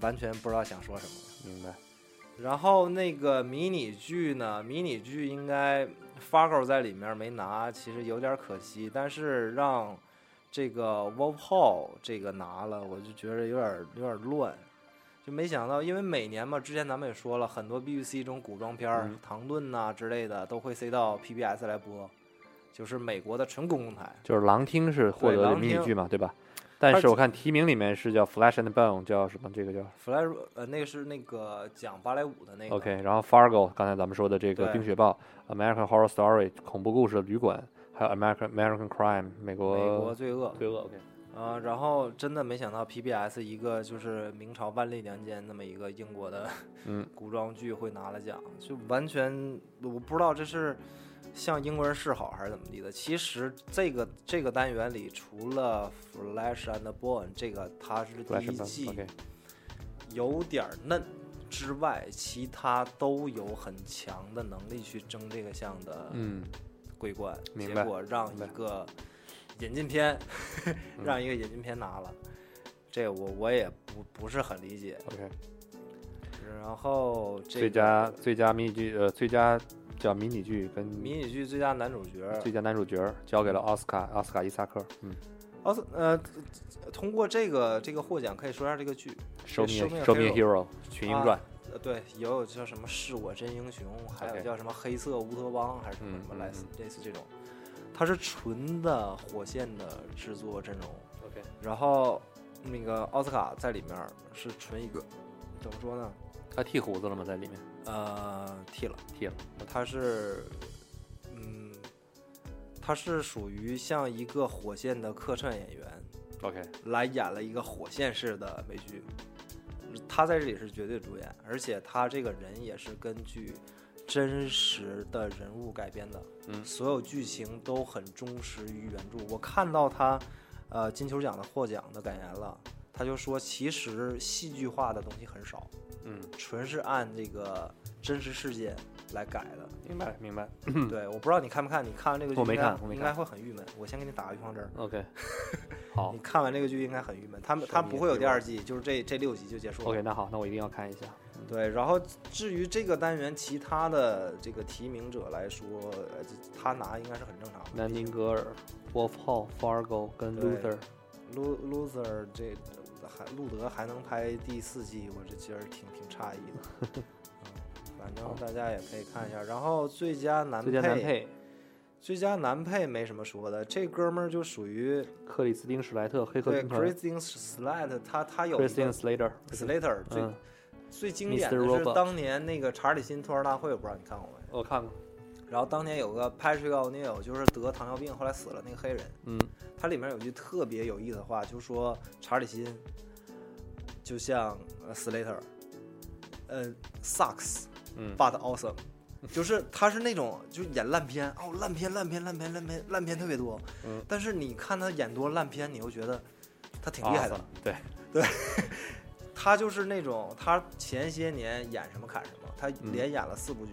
Speaker 7: 完全不知道想说什么。
Speaker 3: 明白。
Speaker 7: 然后那个迷你剧呢？迷你剧应该 Fargo 在里面没拿，其实有点可惜。但是让这个 w o p h o 这个拿了，我就觉得有点有点乱，就没想到，因为每年嘛，之前咱们也说了，很多 BBC 这种古装片儿、
Speaker 3: 嗯
Speaker 7: 唐顿呐、之类的，都会塞到 PBS 来播，就是美国的纯公共台。
Speaker 3: 就是狼厅是获
Speaker 7: 对
Speaker 3: 得的
Speaker 7: 狼
Speaker 3: 迷你
Speaker 7: 厅
Speaker 3: 剧嘛，对吧？但
Speaker 7: 而
Speaker 3: 是我看提名里面是叫 Flash and Bone，叫什么？这个叫
Speaker 7: Flash 呃，那个是那个讲芭蕾舞的那个
Speaker 3: OK，然后 Fargo，刚才咱们说的这个《
Speaker 7: 对
Speaker 3: 冰雪暴》，American Horror Story 恐怖故事旅馆，还有 American American Crime 美国
Speaker 7: 美国罪恶。
Speaker 3: 罪恶 OK，
Speaker 7: 啊、然后真的没想到 PBS 一个就是明朝万历年间那么一个英国的
Speaker 3: 嗯
Speaker 7: 古装剧会拿了奖，就完全我不知道这是向英国人示好还是怎么地的。其实这个这个单元里，除了 Flash and Bone 这个它是第
Speaker 3: ，Flash
Speaker 7: 一
Speaker 3: and
Speaker 7: 季
Speaker 3: Bone OK，
Speaker 7: 有点儿嫩之外，其他都有很强的能力去争这个项的
Speaker 3: 嗯，
Speaker 7: 桂冠，
Speaker 3: 明
Speaker 7: 结
Speaker 3: 白
Speaker 7: 果让
Speaker 3: 明
Speaker 7: 一
Speaker 3: 白
Speaker 7: 个引进 片， 让一个引进片拿了，这我我也不不是很理解。
Speaker 3: OK，
Speaker 7: 然后这
Speaker 3: 最佳
Speaker 7: 个
Speaker 3: 最佳迷你剧呃最佳叫迷你剧跟
Speaker 7: 迷你剧最佳男主角，
Speaker 3: 最佳男主角儿交给了奥斯卡奥斯卡伊萨克，嗯
Speaker 7: 奥斯呃，通过这个这个获奖可以说一下这个剧，
Speaker 3: ，Show
Speaker 7: Show
Speaker 3: me
Speaker 7: Me
Speaker 3: a-
Speaker 7: a
Speaker 3: Show me a
Speaker 7: Hero
Speaker 3: hero 群英
Speaker 7: 啊
Speaker 3: 传，
Speaker 7: 呃对，也有叫什么是我真英雄，还有
Speaker 3: OK
Speaker 7: 叫什么黑色乌托邦还是什么
Speaker 3: 嗯
Speaker 7: 什么
Speaker 3: 嗯
Speaker 7: 类似类似这种，它是纯的火线的制作阵容。
Speaker 3: OK
Speaker 7: 然后那个奥斯卡在里面是纯一个怎么说呢？
Speaker 3: 他剃胡子了吗？在里面
Speaker 7: 呃，剃了，
Speaker 3: 剃了，
Speaker 7: 他是，嗯，他是属于像一个火线的客串演员
Speaker 3: ，OK，
Speaker 7: 来演了一个火线式的美剧，他在这里是绝对主演，而且他这个人也是根据真实的人物改编的，
Speaker 3: 嗯
Speaker 7: 所有剧情都很忠实于原著。我看到他，呃，金球奖的获奖的感言了，他就说其实戏剧化的东西很少，
Speaker 3: 嗯
Speaker 7: 纯是按这个真实事件来改的。
Speaker 3: 明白明白。
Speaker 7: 对，我不知道你看没看，你看完这个
Speaker 3: 嗯
Speaker 7: 剧
Speaker 3: 我没
Speaker 7: 应该
Speaker 3: 看我没
Speaker 7: 应
Speaker 3: 看
Speaker 7: 该会很郁闷。我先给你打个预防针儿，
Speaker 3: OK，好
Speaker 7: 你看完这个剧应该很郁闷。他们他
Speaker 3: 是
Speaker 7: 不会有
Speaker 3: 你
Speaker 7: 第二季，就是这这六集就结束了。
Speaker 3: ，OK，那好，那我一定要看一下。嗯，
Speaker 7: 对，然后至于这个单元其他的这个提名者来说，呃，这他拿应该是很正常的。
Speaker 3: 南丁格尔、Wolf Hall、Fargo 跟
Speaker 7: 对
Speaker 3: Luther，
Speaker 7: 路 loser 这还路德还能拍第四季，我这其实挺挺诧异 的。嗯，反正大家也可以看一下。然后最佳男
Speaker 3: 最佳男配
Speaker 7: 最佳男配没什么说的，这哥们儿就属于
Speaker 3: 克里斯汀·史莱特、黑客
Speaker 7: 对
Speaker 3: 军团
Speaker 7: Christian Slater，他他有一个
Speaker 3: Christian Slater，
Speaker 7: Slater 最、
Speaker 3: 嗯，
Speaker 7: 最经典的
Speaker 3: Mr.
Speaker 7: 是
Speaker 3: Robot
Speaker 7: 当年那个查理辛托儿大会，我不知道你看过没？
Speaker 3: 我看过，
Speaker 7: 然后当年有个 Patrick O'Neill，就是得糖尿病后来死了那个黑人，
Speaker 3: 嗯，
Speaker 7: 它里面有句特别有意思的话，就说查理辛就像呃 Slater，呃 sucks
Speaker 3: 嗯
Speaker 7: but awesome，就是 他是那种就是演烂片哦，烂片烂片烂片烂片烂片特别多，
Speaker 3: 嗯
Speaker 7: 但是你看他演多烂片，你又觉得他挺厉害的，
Speaker 3: Awesome，对，
Speaker 7: 他就是那种他前些年演什么砍什么，他
Speaker 3: 嗯
Speaker 7: 连演了四部剧、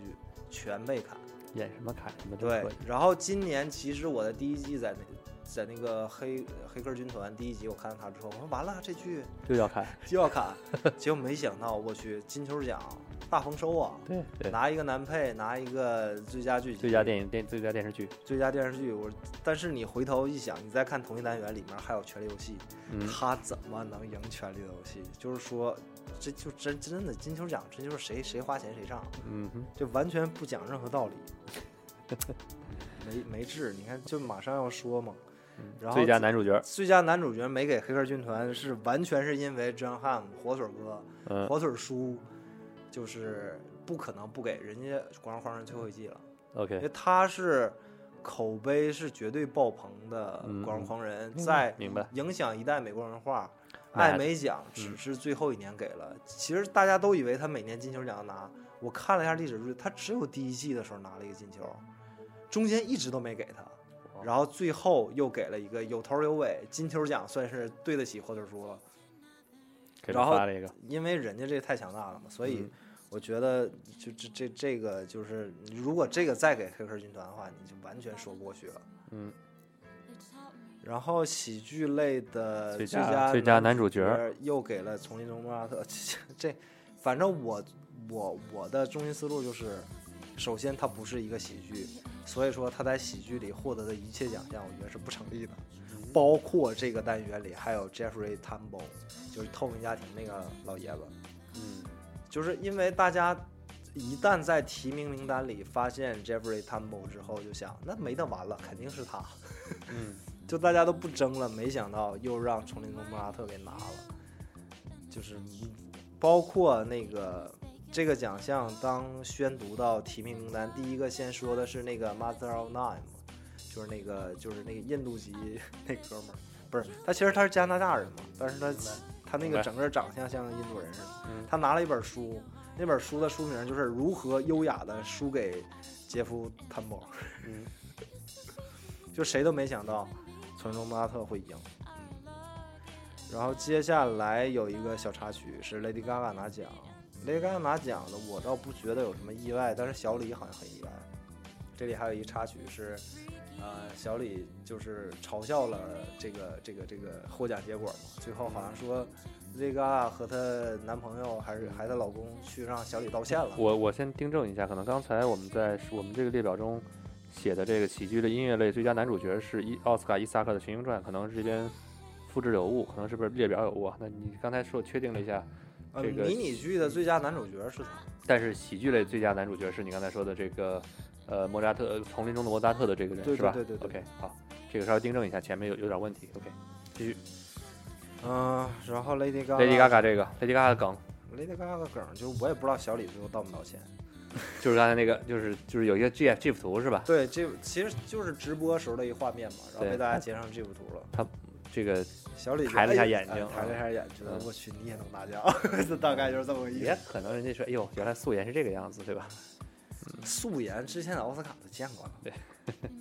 Speaker 7: 全被砍。
Speaker 3: 演什么砍什么都
Speaker 7: 对
Speaker 3: 可以，，
Speaker 7: 然后今年其实我的第一季在那在那个黑黑客军团第一集，我看到他之后，我说完了这剧
Speaker 3: 又要 砍，
Speaker 7: 又 要砍，结果没想到我去金球奖大丰收啊，
Speaker 3: 对对。
Speaker 7: 拿一个男配，拿一个最佳剧集、
Speaker 3: 最佳电影电最佳电视剧，
Speaker 7: 最佳电视剧，我但是你回头一想，你再看同一单元里面还有《权力游戏》
Speaker 3: 嗯，
Speaker 7: 他怎么能赢《权力的游戏》？就是说，这就真真的金球奖，这就是谁谁花钱谁上。
Speaker 3: 嗯哼，
Speaker 7: 这完全不讲任何道理， 没没治。你看，就马上要说嘛，然后
Speaker 3: 嗯最佳
Speaker 7: 最
Speaker 3: 男主角，
Speaker 7: 最佳男主角没给黑客军团，是完全是因为 John Hamm 火腿哥、
Speaker 3: 嗯，
Speaker 7: 火腿叔，就是不可能不给人家《国王花园》最后一季了，因
Speaker 3: OK，
Speaker 7: 为他是口碑是绝对爆棚的
Speaker 3: 嗯
Speaker 7: 《国王
Speaker 3: 嗯
Speaker 7: 狂人》
Speaker 3: 明白
Speaker 7: 在
Speaker 3: 明白
Speaker 7: 影响一代美国文化。
Speaker 3: 买
Speaker 7: 艾美奖只是最后一年给了，其实大家都以为他每年金球奖拿。我看了一下历史数据，他只有第一季的时候拿了一个金球，中间一直都没给他，
Speaker 3: 哦
Speaker 7: 然后最后又给了一个有头有尾。金球奖算是对得起火腿叔了，
Speaker 3: 给
Speaker 7: 然
Speaker 3: 他
Speaker 7: 后
Speaker 3: 发了一个，
Speaker 7: 因为人家这太强大了嘛，所以
Speaker 3: 嗯
Speaker 7: 我觉得就这这这个就是，如果这个再给黑客军团的话，你就完全说不过去了。
Speaker 3: 嗯，
Speaker 7: 然后喜剧类的
Speaker 3: 最佳
Speaker 7: 呃佳
Speaker 3: 最佳男
Speaker 7: 男
Speaker 3: 主角
Speaker 7: 角又给了《丛林中莫拉特》这，反正我我我的中心思路就是，首先它不是一个喜剧，所以说他在喜剧里获得的一切奖项，我觉得是不成立的，
Speaker 3: 嗯
Speaker 7: 包括这个单元里还有 Jeffrey Tambor，就是《透明家庭》那个老爷子。
Speaker 3: 嗯，
Speaker 7: 就是因为大家一旦在提名名单里发现 Jeffrey Tambor 之后，就想那没得玩了，肯定是他。
Speaker 3: 嗯，
Speaker 7: 就大家都不争了，没想到又让丛林中莫拉特给拿了，就是包括那个。这个奖项当宣读到提名名单，第一个先说的是那个 Master of None，就是那个就是那个印度籍那哥们儿， 不是他，其实他是加拿大人嘛，但是他他那
Speaker 3: 明白
Speaker 7: 个整个长相像印度人似的，
Speaker 3: 嗯
Speaker 7: 他拿了一本书，那本书的书名就是《如何优雅的输给杰夫·坦博》。
Speaker 3: 嗯，
Speaker 7: 就谁都没想到，村中莫拉特会赢。然后接下来有一个小插曲是 Lady Gaga 拿奖，Lady Gaga 拿奖的我倒不觉得有什么意外，但是小李好像很意外。这里还有一插曲是，呃，小李就是嘲笑了这个这个这个获奖结果嘛，最后好像说 Lady Gaga 和她男朋友还是还她老公去让小李道歉了。
Speaker 3: 我我先订正一下，可能刚才我们在我们这个列表中写的这个喜剧类音乐类最佳男主角是伊奥斯卡伊萨克的《群英传》，可能是这边复制有误，可能是不是列表有误啊？那你刚才说确定了一下，
Speaker 7: 呃，
Speaker 3: 这个
Speaker 7: 迷你剧的最佳男主角是他。
Speaker 3: 但是喜剧类最佳男主角是你刚才说的这个呃莫扎特《丛林中的莫扎特》的这个人
Speaker 7: 对
Speaker 3: 是吧？
Speaker 7: 对对对
Speaker 3: OK，好，这个稍微订正一下，前面有有点问题。OK，Lady、
Speaker 7: 嗯、然后 Lady Gaga。
Speaker 3: Gaga 这个 Lady Gaga 的梗
Speaker 7: Lady Gaga 梗儿，就我也不知道小李最后道没道歉。
Speaker 3: 就是刚才那个，就是就是有一个 GIF GIF 图是吧？
Speaker 7: 对， 这其实就是直播时候的一画面嘛，然后
Speaker 3: 对
Speaker 7: 被大家截成这幅图了。
Speaker 3: 这个
Speaker 7: 小李就
Speaker 3: 抬了一下
Speaker 7: 哎
Speaker 3: 眼睛
Speaker 7: 哎抬了一下眼，觉得
Speaker 3: 嗯
Speaker 7: 我去你也能拿奖， 这大概就是这么个意
Speaker 3: 也
Speaker 7: 思。
Speaker 3: 可能人家说，哎呦，原来素颜是这个样子，对吧？
Speaker 7: 素颜之前的奥斯卡都见过了。
Speaker 3: 对。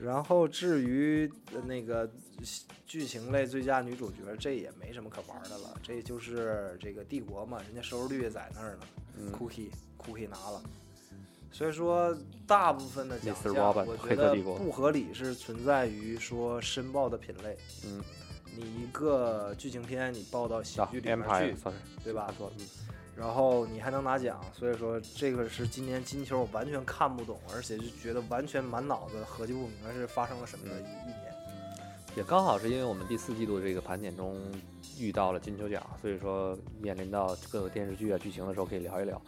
Speaker 7: 然后至于呃那个剧情类最佳女主角，这也没什么可玩的了，这就是这个帝国嘛，人家收视率也在那儿呢。
Speaker 3: 嗯
Speaker 7: Cookie Cookie 拿了。所以说，大部分的奖
Speaker 3: Mr.
Speaker 7: 项，
Speaker 3: Robot，
Speaker 7: 我觉
Speaker 3: 黑客
Speaker 7: 得
Speaker 3: 帝国
Speaker 7: 不合理是存在于说申报的品类。
Speaker 3: 嗯，
Speaker 7: 你一个剧情片，你报到喜
Speaker 3: 啊
Speaker 7: 剧里面去
Speaker 3: ，Empire，sorry，
Speaker 7: 对吧
Speaker 3: 他？说嗯
Speaker 7: 然后你还能拿奖，所以说这个是今年金球我完全看不懂，而且就觉得完全满脑子合计不明白是发生了
Speaker 3: 嗯
Speaker 7: 什么的一一年。
Speaker 3: 也刚好是因为我们第四季度这个盘点中遇到了金球奖，所以说面临到各个电视剧啊剧情的时候可以聊一聊。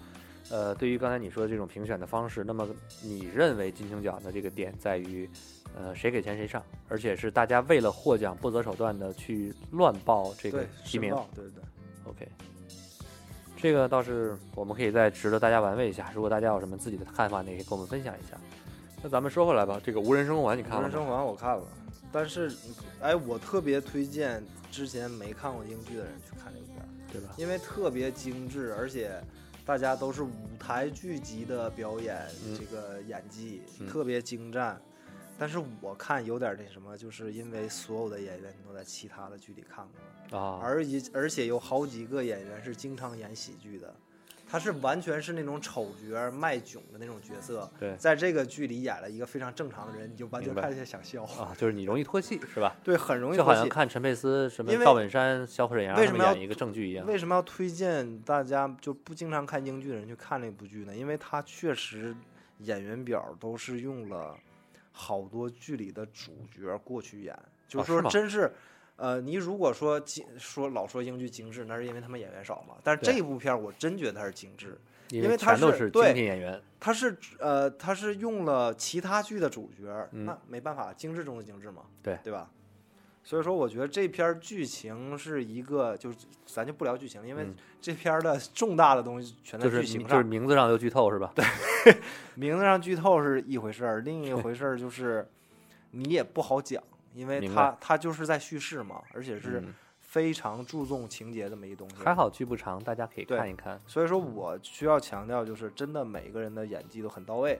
Speaker 3: 呃，对于刚才你说的这种评选的方式，那么你认为金球奖的这个点在于，呃，谁给钱谁上，而且是大家为了获奖不择手段的去乱报这个
Speaker 7: 对，
Speaker 3: 提
Speaker 7: 申
Speaker 3: 名。
Speaker 7: 报，对对对。
Speaker 3: OK，这个倒是我们可以再值得大家玩味一下。如果大家有什么自己的看法，那也可以跟我们分享一下。那咱们说回来吧，这个无人生还你看
Speaker 7: 无
Speaker 3: 了
Speaker 7: 人
Speaker 3: 吗？
Speaker 7: 生还我看了，但是，哎，我特别推荐之前没看过英剧的人去看这个片儿，
Speaker 3: 对吧？
Speaker 7: 因为特别精致，而且大家都是舞台剧级的表演，
Speaker 3: 嗯
Speaker 7: 这个演技、
Speaker 3: 嗯
Speaker 7: 特别精湛。但是我看有点那什么，就是因为所有的演员都在其他的剧里看过，
Speaker 3: 啊，
Speaker 7: 而一而且有好几个演员是经常演喜剧的，他是完全是那种丑角儿卖囧的那种角色，
Speaker 3: 对
Speaker 7: 在这个剧里演了一个非常正常的人，你就完
Speaker 3: 明
Speaker 7: 全
Speaker 3: 白
Speaker 7: 看起来想笑，
Speaker 3: 啊，就是你容易脱戏是吧？
Speaker 7: 对，很容易
Speaker 3: 就好
Speaker 7: 脱
Speaker 3: 像
Speaker 7: 戏。
Speaker 3: 看陈佩斯、什么
Speaker 7: 因为
Speaker 3: 赵本山、小沈阳他
Speaker 7: 为什
Speaker 3: 们
Speaker 7: 么要
Speaker 3: 演一个正剧一样。
Speaker 7: 为什么要推荐大家就不经常看英剧的人去看这部剧呢？因为它确实演员表都是用了好多剧里的主角过去演，就
Speaker 3: 哦是
Speaker 7: 说
Speaker 3: 吗
Speaker 7: 真是，呃，你如果说精说老说英剧精致，那是因为他们演员少嘛。但是
Speaker 3: 对
Speaker 7: 这部片儿我真觉得它是精致，
Speaker 3: 因
Speaker 7: 因为他
Speaker 3: 全都
Speaker 7: 是
Speaker 3: 是精
Speaker 7: 对
Speaker 3: 品演员，
Speaker 7: 它是呃，它是用了其他剧的主角，
Speaker 3: 嗯
Speaker 7: 那没办法，精致中的精致嘛，
Speaker 3: 对
Speaker 7: 对吧？所以说，我觉得这篇剧情是一个，就是咱就不聊剧情了，因为
Speaker 3: 嗯
Speaker 7: 这篇的重大的东西全在
Speaker 3: 就是
Speaker 7: 剧
Speaker 3: 名
Speaker 7: 情
Speaker 3: 就是
Speaker 7: 上。
Speaker 3: 名字上就剧透是吧？对，
Speaker 7: 名字上剧透是一回事儿，另一回事 儿就是你也不好讲，因为
Speaker 3: 明
Speaker 7: 它
Speaker 3: 白
Speaker 7: 它就是在叙事嘛，而且是非常注重情节这么一东西。
Speaker 3: 嗯还好剧不长，大家可以
Speaker 7: 对
Speaker 3: 看一看。
Speaker 7: 所以说我需要强调，就是真的每个人的演技都很到位，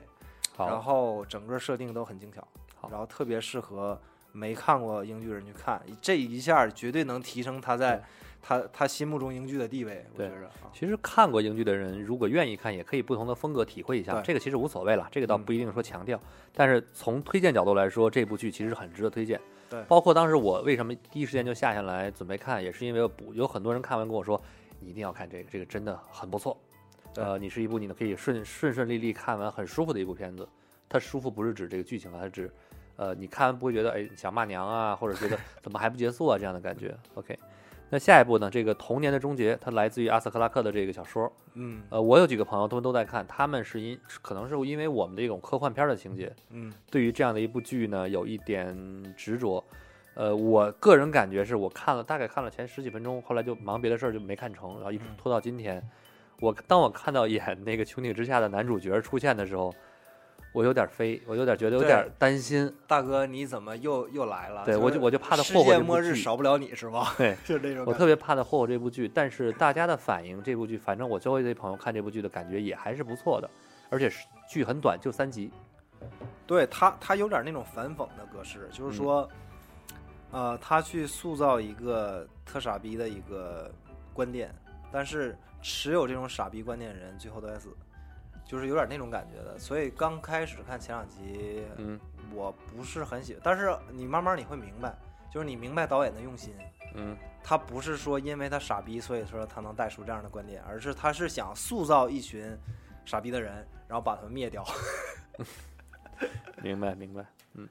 Speaker 7: 然
Speaker 3: 好，
Speaker 7: 后整个设定都很精巧，
Speaker 3: 好
Speaker 7: 然后特别适合没看过英剧人去看，这一下绝对能提升他在他他心目中英剧的地位，我
Speaker 3: 对
Speaker 7: 觉着啊，
Speaker 3: 其实看过英剧的人，如果愿意看，也可以不同的风格体会一下，
Speaker 7: 对
Speaker 3: 这个其实无所谓了，这个倒
Speaker 7: 嗯
Speaker 3: 不一定说强调。但是从推荐角度来说，这部剧其实很值得推荐。
Speaker 7: 对
Speaker 3: 包括当时我为什么第一时间就下下来准备看，也是因为我补有很多人看完跟我说，你一定要看这个，这个真的很不错。
Speaker 7: 对
Speaker 3: 呃，你是一部你可以顺顺顺利利看完很舒服的一部片子。它舒服不是指这个剧情啊，它是指，呃，你看完不会觉得哎想骂娘啊，或者觉 得怎么还不结束啊这样的感觉。OK，那下一部呢？这个《童年的终结》，它来自于阿瑟克拉克的这个小说。
Speaker 7: 嗯
Speaker 3: 呃，我有几个朋友，他们都在看，他们是因可能是因为我们这种科幻片儿的情节，
Speaker 7: 嗯
Speaker 3: 对于这样的一部剧呢，有一点执着。呃，我个人感觉是我看了大概看了前十几分钟，后来就忙别的事儿就没看成，然后一直
Speaker 7: 嗯
Speaker 3: 拖到今天。我当我看到演那个《穹顶之下》的男主角出现的时候，我有点飞，我有点觉得有
Speaker 7: 对
Speaker 3: 点担心。
Speaker 7: 大哥你怎么又又来了？
Speaker 3: 对
Speaker 7: 就
Speaker 3: 我
Speaker 7: 是
Speaker 3: 就我就怕他
Speaker 7: 世
Speaker 3: 霍霍
Speaker 7: 界
Speaker 3: 这部
Speaker 7: 末日
Speaker 3: 剧
Speaker 7: 少不了你是吧？
Speaker 3: 对，
Speaker 7: 就是这种
Speaker 3: 我
Speaker 7: 感
Speaker 3: 特别怕他霍霍这部剧，但是大家的反应，这部剧反正我周围的朋友看这部剧的感觉也还是不错的，而且是剧很短，就三集。
Speaker 7: 对他，他有点那种反讽的格式，就是说，呃，他去塑造一个特傻逼的一个观点，但是持有这种傻逼观点的人最后都该死，就是有点那种感觉的。所以刚开始看前两集，
Speaker 3: 嗯
Speaker 7: 我不是很喜欢，但是你慢慢你会明白，就是你明白导演的用心。
Speaker 3: 嗯，
Speaker 7: 他不是说因为他傻逼，所以说他能带出这样的观点，而是他是想塑造一群傻逼的人，然后把他们灭掉。
Speaker 3: 明白明白，嗯，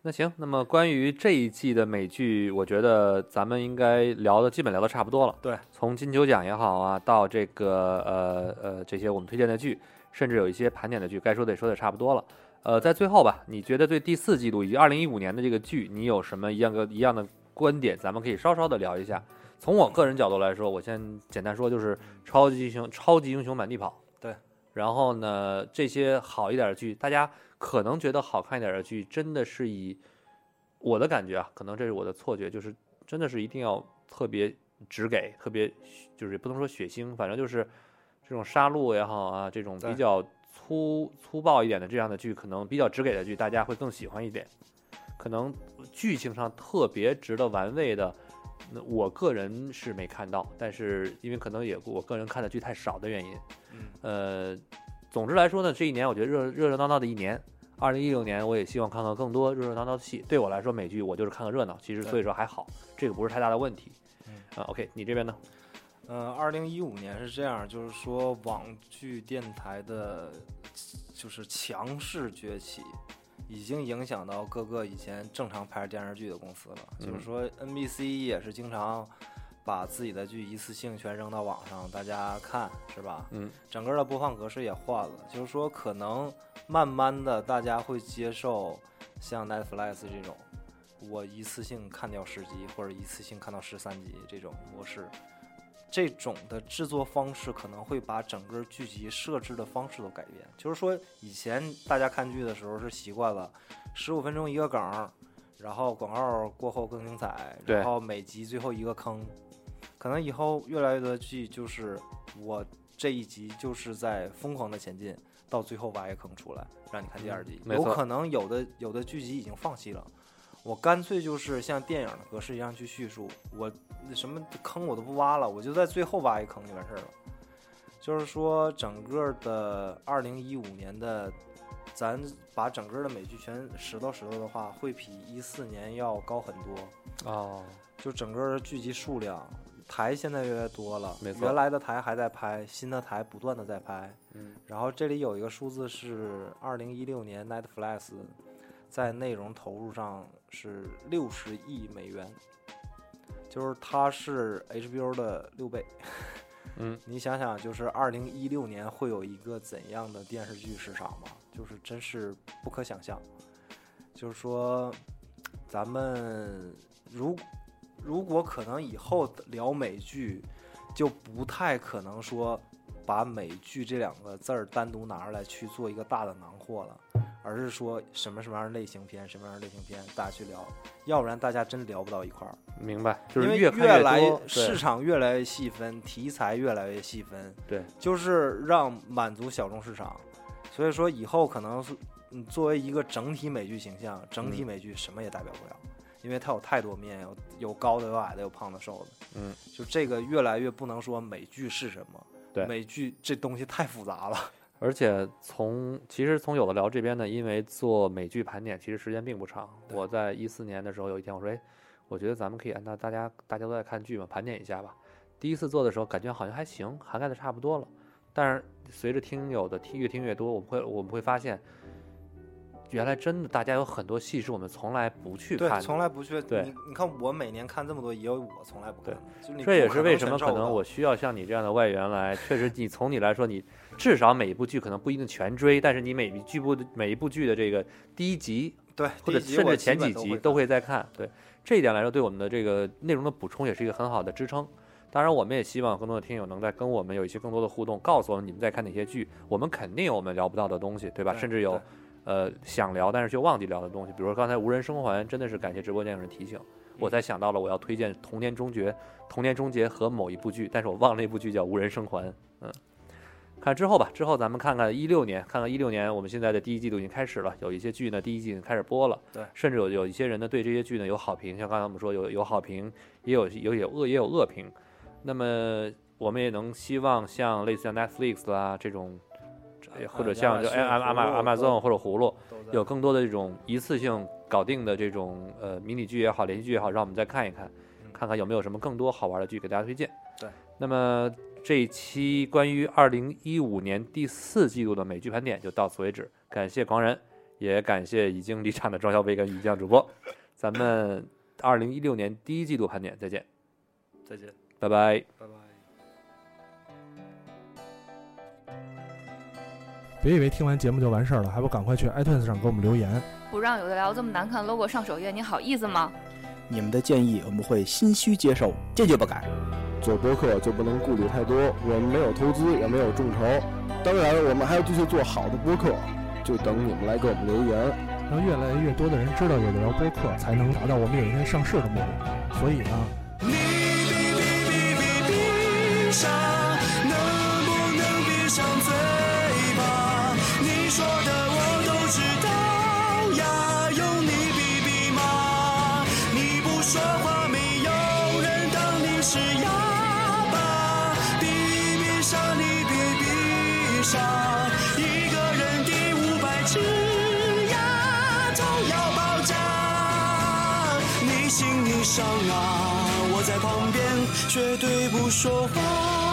Speaker 3: 那行，那么关于这一季的美剧，我觉得咱们应该聊的基本聊的差不多了。
Speaker 7: 对，
Speaker 3: 从金球奖也好啊，到这个呃呃这些我们推荐的剧，甚至有一些盘点的剧，该说的也说的差不多了。呃，在最后吧，你觉得对第四季度以及二零一五年的这个剧，你有什么一样个一样的观点？咱们可以稍稍的聊一下。从我个人角度来说，我先简单说，就是超级英雄，超级英雄满地跑。
Speaker 7: 对，
Speaker 3: 然后呢，这些好一点的剧，大家可能觉得好看一点的剧，真的是以我的感觉啊，可能这是我的错觉，就是真的是一定要特别直给，特别就是不能说血腥，反正就是这种杀戮也好啊，这种比
Speaker 7: 对
Speaker 3: 较粗粗暴一点的这样的剧，可能比较直给的剧，大家会更喜欢一点。可能剧情上特别值得玩味的，那我个人是没看到，但是因为可能也我个人看的剧太少的原因，
Speaker 7: 嗯，
Speaker 3: 呃，总之来说呢，这一年我觉得热热热闹闹的一年。二零一六年，我也希望看到更多热热闹闹的戏。对我来说，美剧我就是看个热闹，其实所以说还好，这个不是太大的问题。
Speaker 7: 嗯
Speaker 3: 啊，OK，你这边呢？
Speaker 7: 呃，二零一五年是这样，就是说网剧电台的，就是强势崛起，已经影响到各个以前正常拍电视剧的公司了。就
Speaker 3: 嗯
Speaker 7: 是说，NBC 也是经常把自己的剧一次性全扔到网上，大家看是吧？
Speaker 3: 嗯，
Speaker 7: 整个的播放格式也换了，就是说可能慢慢的大家会接受像 Netflix 这种。我一次性看掉十集，或者一次性看到十三集这种模式，这种的制作方式可能会把整个剧集设置的方式都改变。就是说，以前大家看剧的时候是习惯了十五分钟一个梗儿，然后广告过后更精彩，
Speaker 3: 对
Speaker 7: 然后每集最后一个坑。可能以后越来越多的剧就是我这一集就是在疯狂的前进，到最后挖一个坑出来，让你看第二集。
Speaker 3: 嗯没
Speaker 7: 有
Speaker 3: 错
Speaker 7: 可能有的有的剧集已经放弃了。我干脆就是像电影的格式一样去叙述，我什么坑我都不挖了，我就在最后挖一坑就完事儿了。就是说，整个的二零一五年的，咱把整个的美剧全拾掇拾掇的话，会比一四年要高很多。
Speaker 3: 哦，
Speaker 7: 就整个的剧集数量，台现在越来越多了，
Speaker 3: 没错
Speaker 7: 原来的台还在拍，新的台不断的在拍，
Speaker 3: 嗯，
Speaker 7: 然后这里有一个数字是二零一六年 Netflix 在内容投入上是六十亿美元，就是它是 HBO 的六倍。
Speaker 3: 嗯，
Speaker 7: 你想想，就是二零一六年会有一个怎样的电视剧市场吗？就是真是不可想象。就是说，咱们如如果可能以后聊美剧，就不太可能说把美剧这两个字儿单独拿出来去做一个大的囊括了，而是说什么什么样的类型片，什么样的类型片，大家去聊，要不然大家真聊不到一块儿。
Speaker 3: 明白，就
Speaker 7: 因
Speaker 3: 是
Speaker 7: 为
Speaker 3: 越看越
Speaker 7: 来
Speaker 3: 多，对
Speaker 7: 市场越来越细分，题材越来越细分，
Speaker 3: 对，
Speaker 7: 就是让满足小众市场。所以说以后可能是，嗯，作为一个整体美剧形象，整体
Speaker 3: 嗯
Speaker 7: 美剧什么也代表不了，因为它有太多面，有有高的，有矮的，有胖的，瘦的。
Speaker 3: 嗯，
Speaker 7: 就这个越来越不能说美剧是什么，
Speaker 3: 对
Speaker 7: 美剧这东西太复杂了。
Speaker 3: 而且从其实从有的聊这边呢，因为做美剧盘点其实时间并不长。
Speaker 7: 对
Speaker 3: 我在一四年的时候有一天我说，哎，我觉得咱们可以按照大家大家都在看剧嘛，盘点一下吧。第一次做的时候感觉好像还行，涵盖的差不多了。但是随着听友的听越听越多，我们会我们会发现，原来真的大家有很多戏是我们从来不去看
Speaker 7: 对，
Speaker 3: 的，
Speaker 7: 从来不去。
Speaker 3: 对
Speaker 7: 你你看我每年看这么多，也有我从来不
Speaker 3: 对
Speaker 7: 看的。就是你
Speaker 3: 这也
Speaker 7: 不
Speaker 3: 是为什
Speaker 7: 全
Speaker 3: 么
Speaker 7: 照
Speaker 3: 可
Speaker 7: 顾到
Speaker 3: 能我需要像你这样的外援来，确实你从你来说，你至少每一部剧可能不一定全追，但是你每一剧部的每一部剧的这个第一集
Speaker 7: 对，
Speaker 3: 或
Speaker 7: 第
Speaker 3: 者
Speaker 7: 一集
Speaker 3: 甚
Speaker 7: 我
Speaker 3: 至
Speaker 7: 基
Speaker 3: 前
Speaker 7: 本
Speaker 3: 几集
Speaker 7: 会
Speaker 3: 都
Speaker 7: 看
Speaker 3: 会再看。对这一点来说，对我们的这个内容的补充也是一个很好的支撑。当然，我们也希望更多的听友能在跟我们有一些更多的互动，告诉我们你们在看哪些剧，我们肯定有我们聊不到的东西，对吧？
Speaker 7: 对
Speaker 3: 甚至有
Speaker 7: 对
Speaker 3: 呃想聊但是却忘记聊的东西，比如说刚才无人生还，真的是感谢直播间有人提醒，我才想到了我要推荐《童年终结》，《童年终结》和某一部剧，但是我忘了那部剧叫《无人生还》。嗯，看之后吧，之后咱们看看一六年，看看一六年我们现在的第一季度已经开始了，有一些剧呢第一季已经开始播了，
Speaker 7: 对
Speaker 3: 甚至有有一些人呢对这些剧呢有好评，像刚才我们说有有好评，也有有有恶也有恶评，那么我们也能希望像类似像 Netflix 啦这种。这或者
Speaker 7: 嗯
Speaker 3: 像就
Speaker 7: 亚马逊
Speaker 3: Am Am
Speaker 7: 葫芦
Speaker 3: Amazon 或者葫芦，
Speaker 7: 都在
Speaker 3: 有更多的这种一次性搞定的这种呃迷你剧也好，连续剧也好，让我们再看一看，
Speaker 7: 嗯
Speaker 3: 看看有没有什么更多好玩的剧给大家推荐。
Speaker 7: 对，
Speaker 3: 那么这一期关于二零一五年第四季度的美剧盘点就到此为止，感谢狂人，也感谢已经离场的庄小贝跟于酱主播，咱们二零一六年第一季度盘点再见，
Speaker 7: 再见，
Speaker 3: 拜拜。
Speaker 7: 拜拜。
Speaker 5: 别以为听完节目就完事儿了，还不赶快去 iTunes 上给我们留言。
Speaker 6: 不让有的聊这么难看 logo 上首页，你好意思吗？
Speaker 1: 你们的建议我们会心虚接受，坚决不改。
Speaker 8: 做播客就不能顾虑太多，我们没有投资，也没有众筹，当然我们还要继续做好的播客，就等你们来给我们留言。
Speaker 5: 让越来越多的人知道有的聊播客，才能达到我们有一天上市的目的。所以呢，
Speaker 9: 呀，有你比比吗？你不说话，没有人世上一个人的五百只牙总要爆炸。你行你上啊，我在旁边绝对不说话。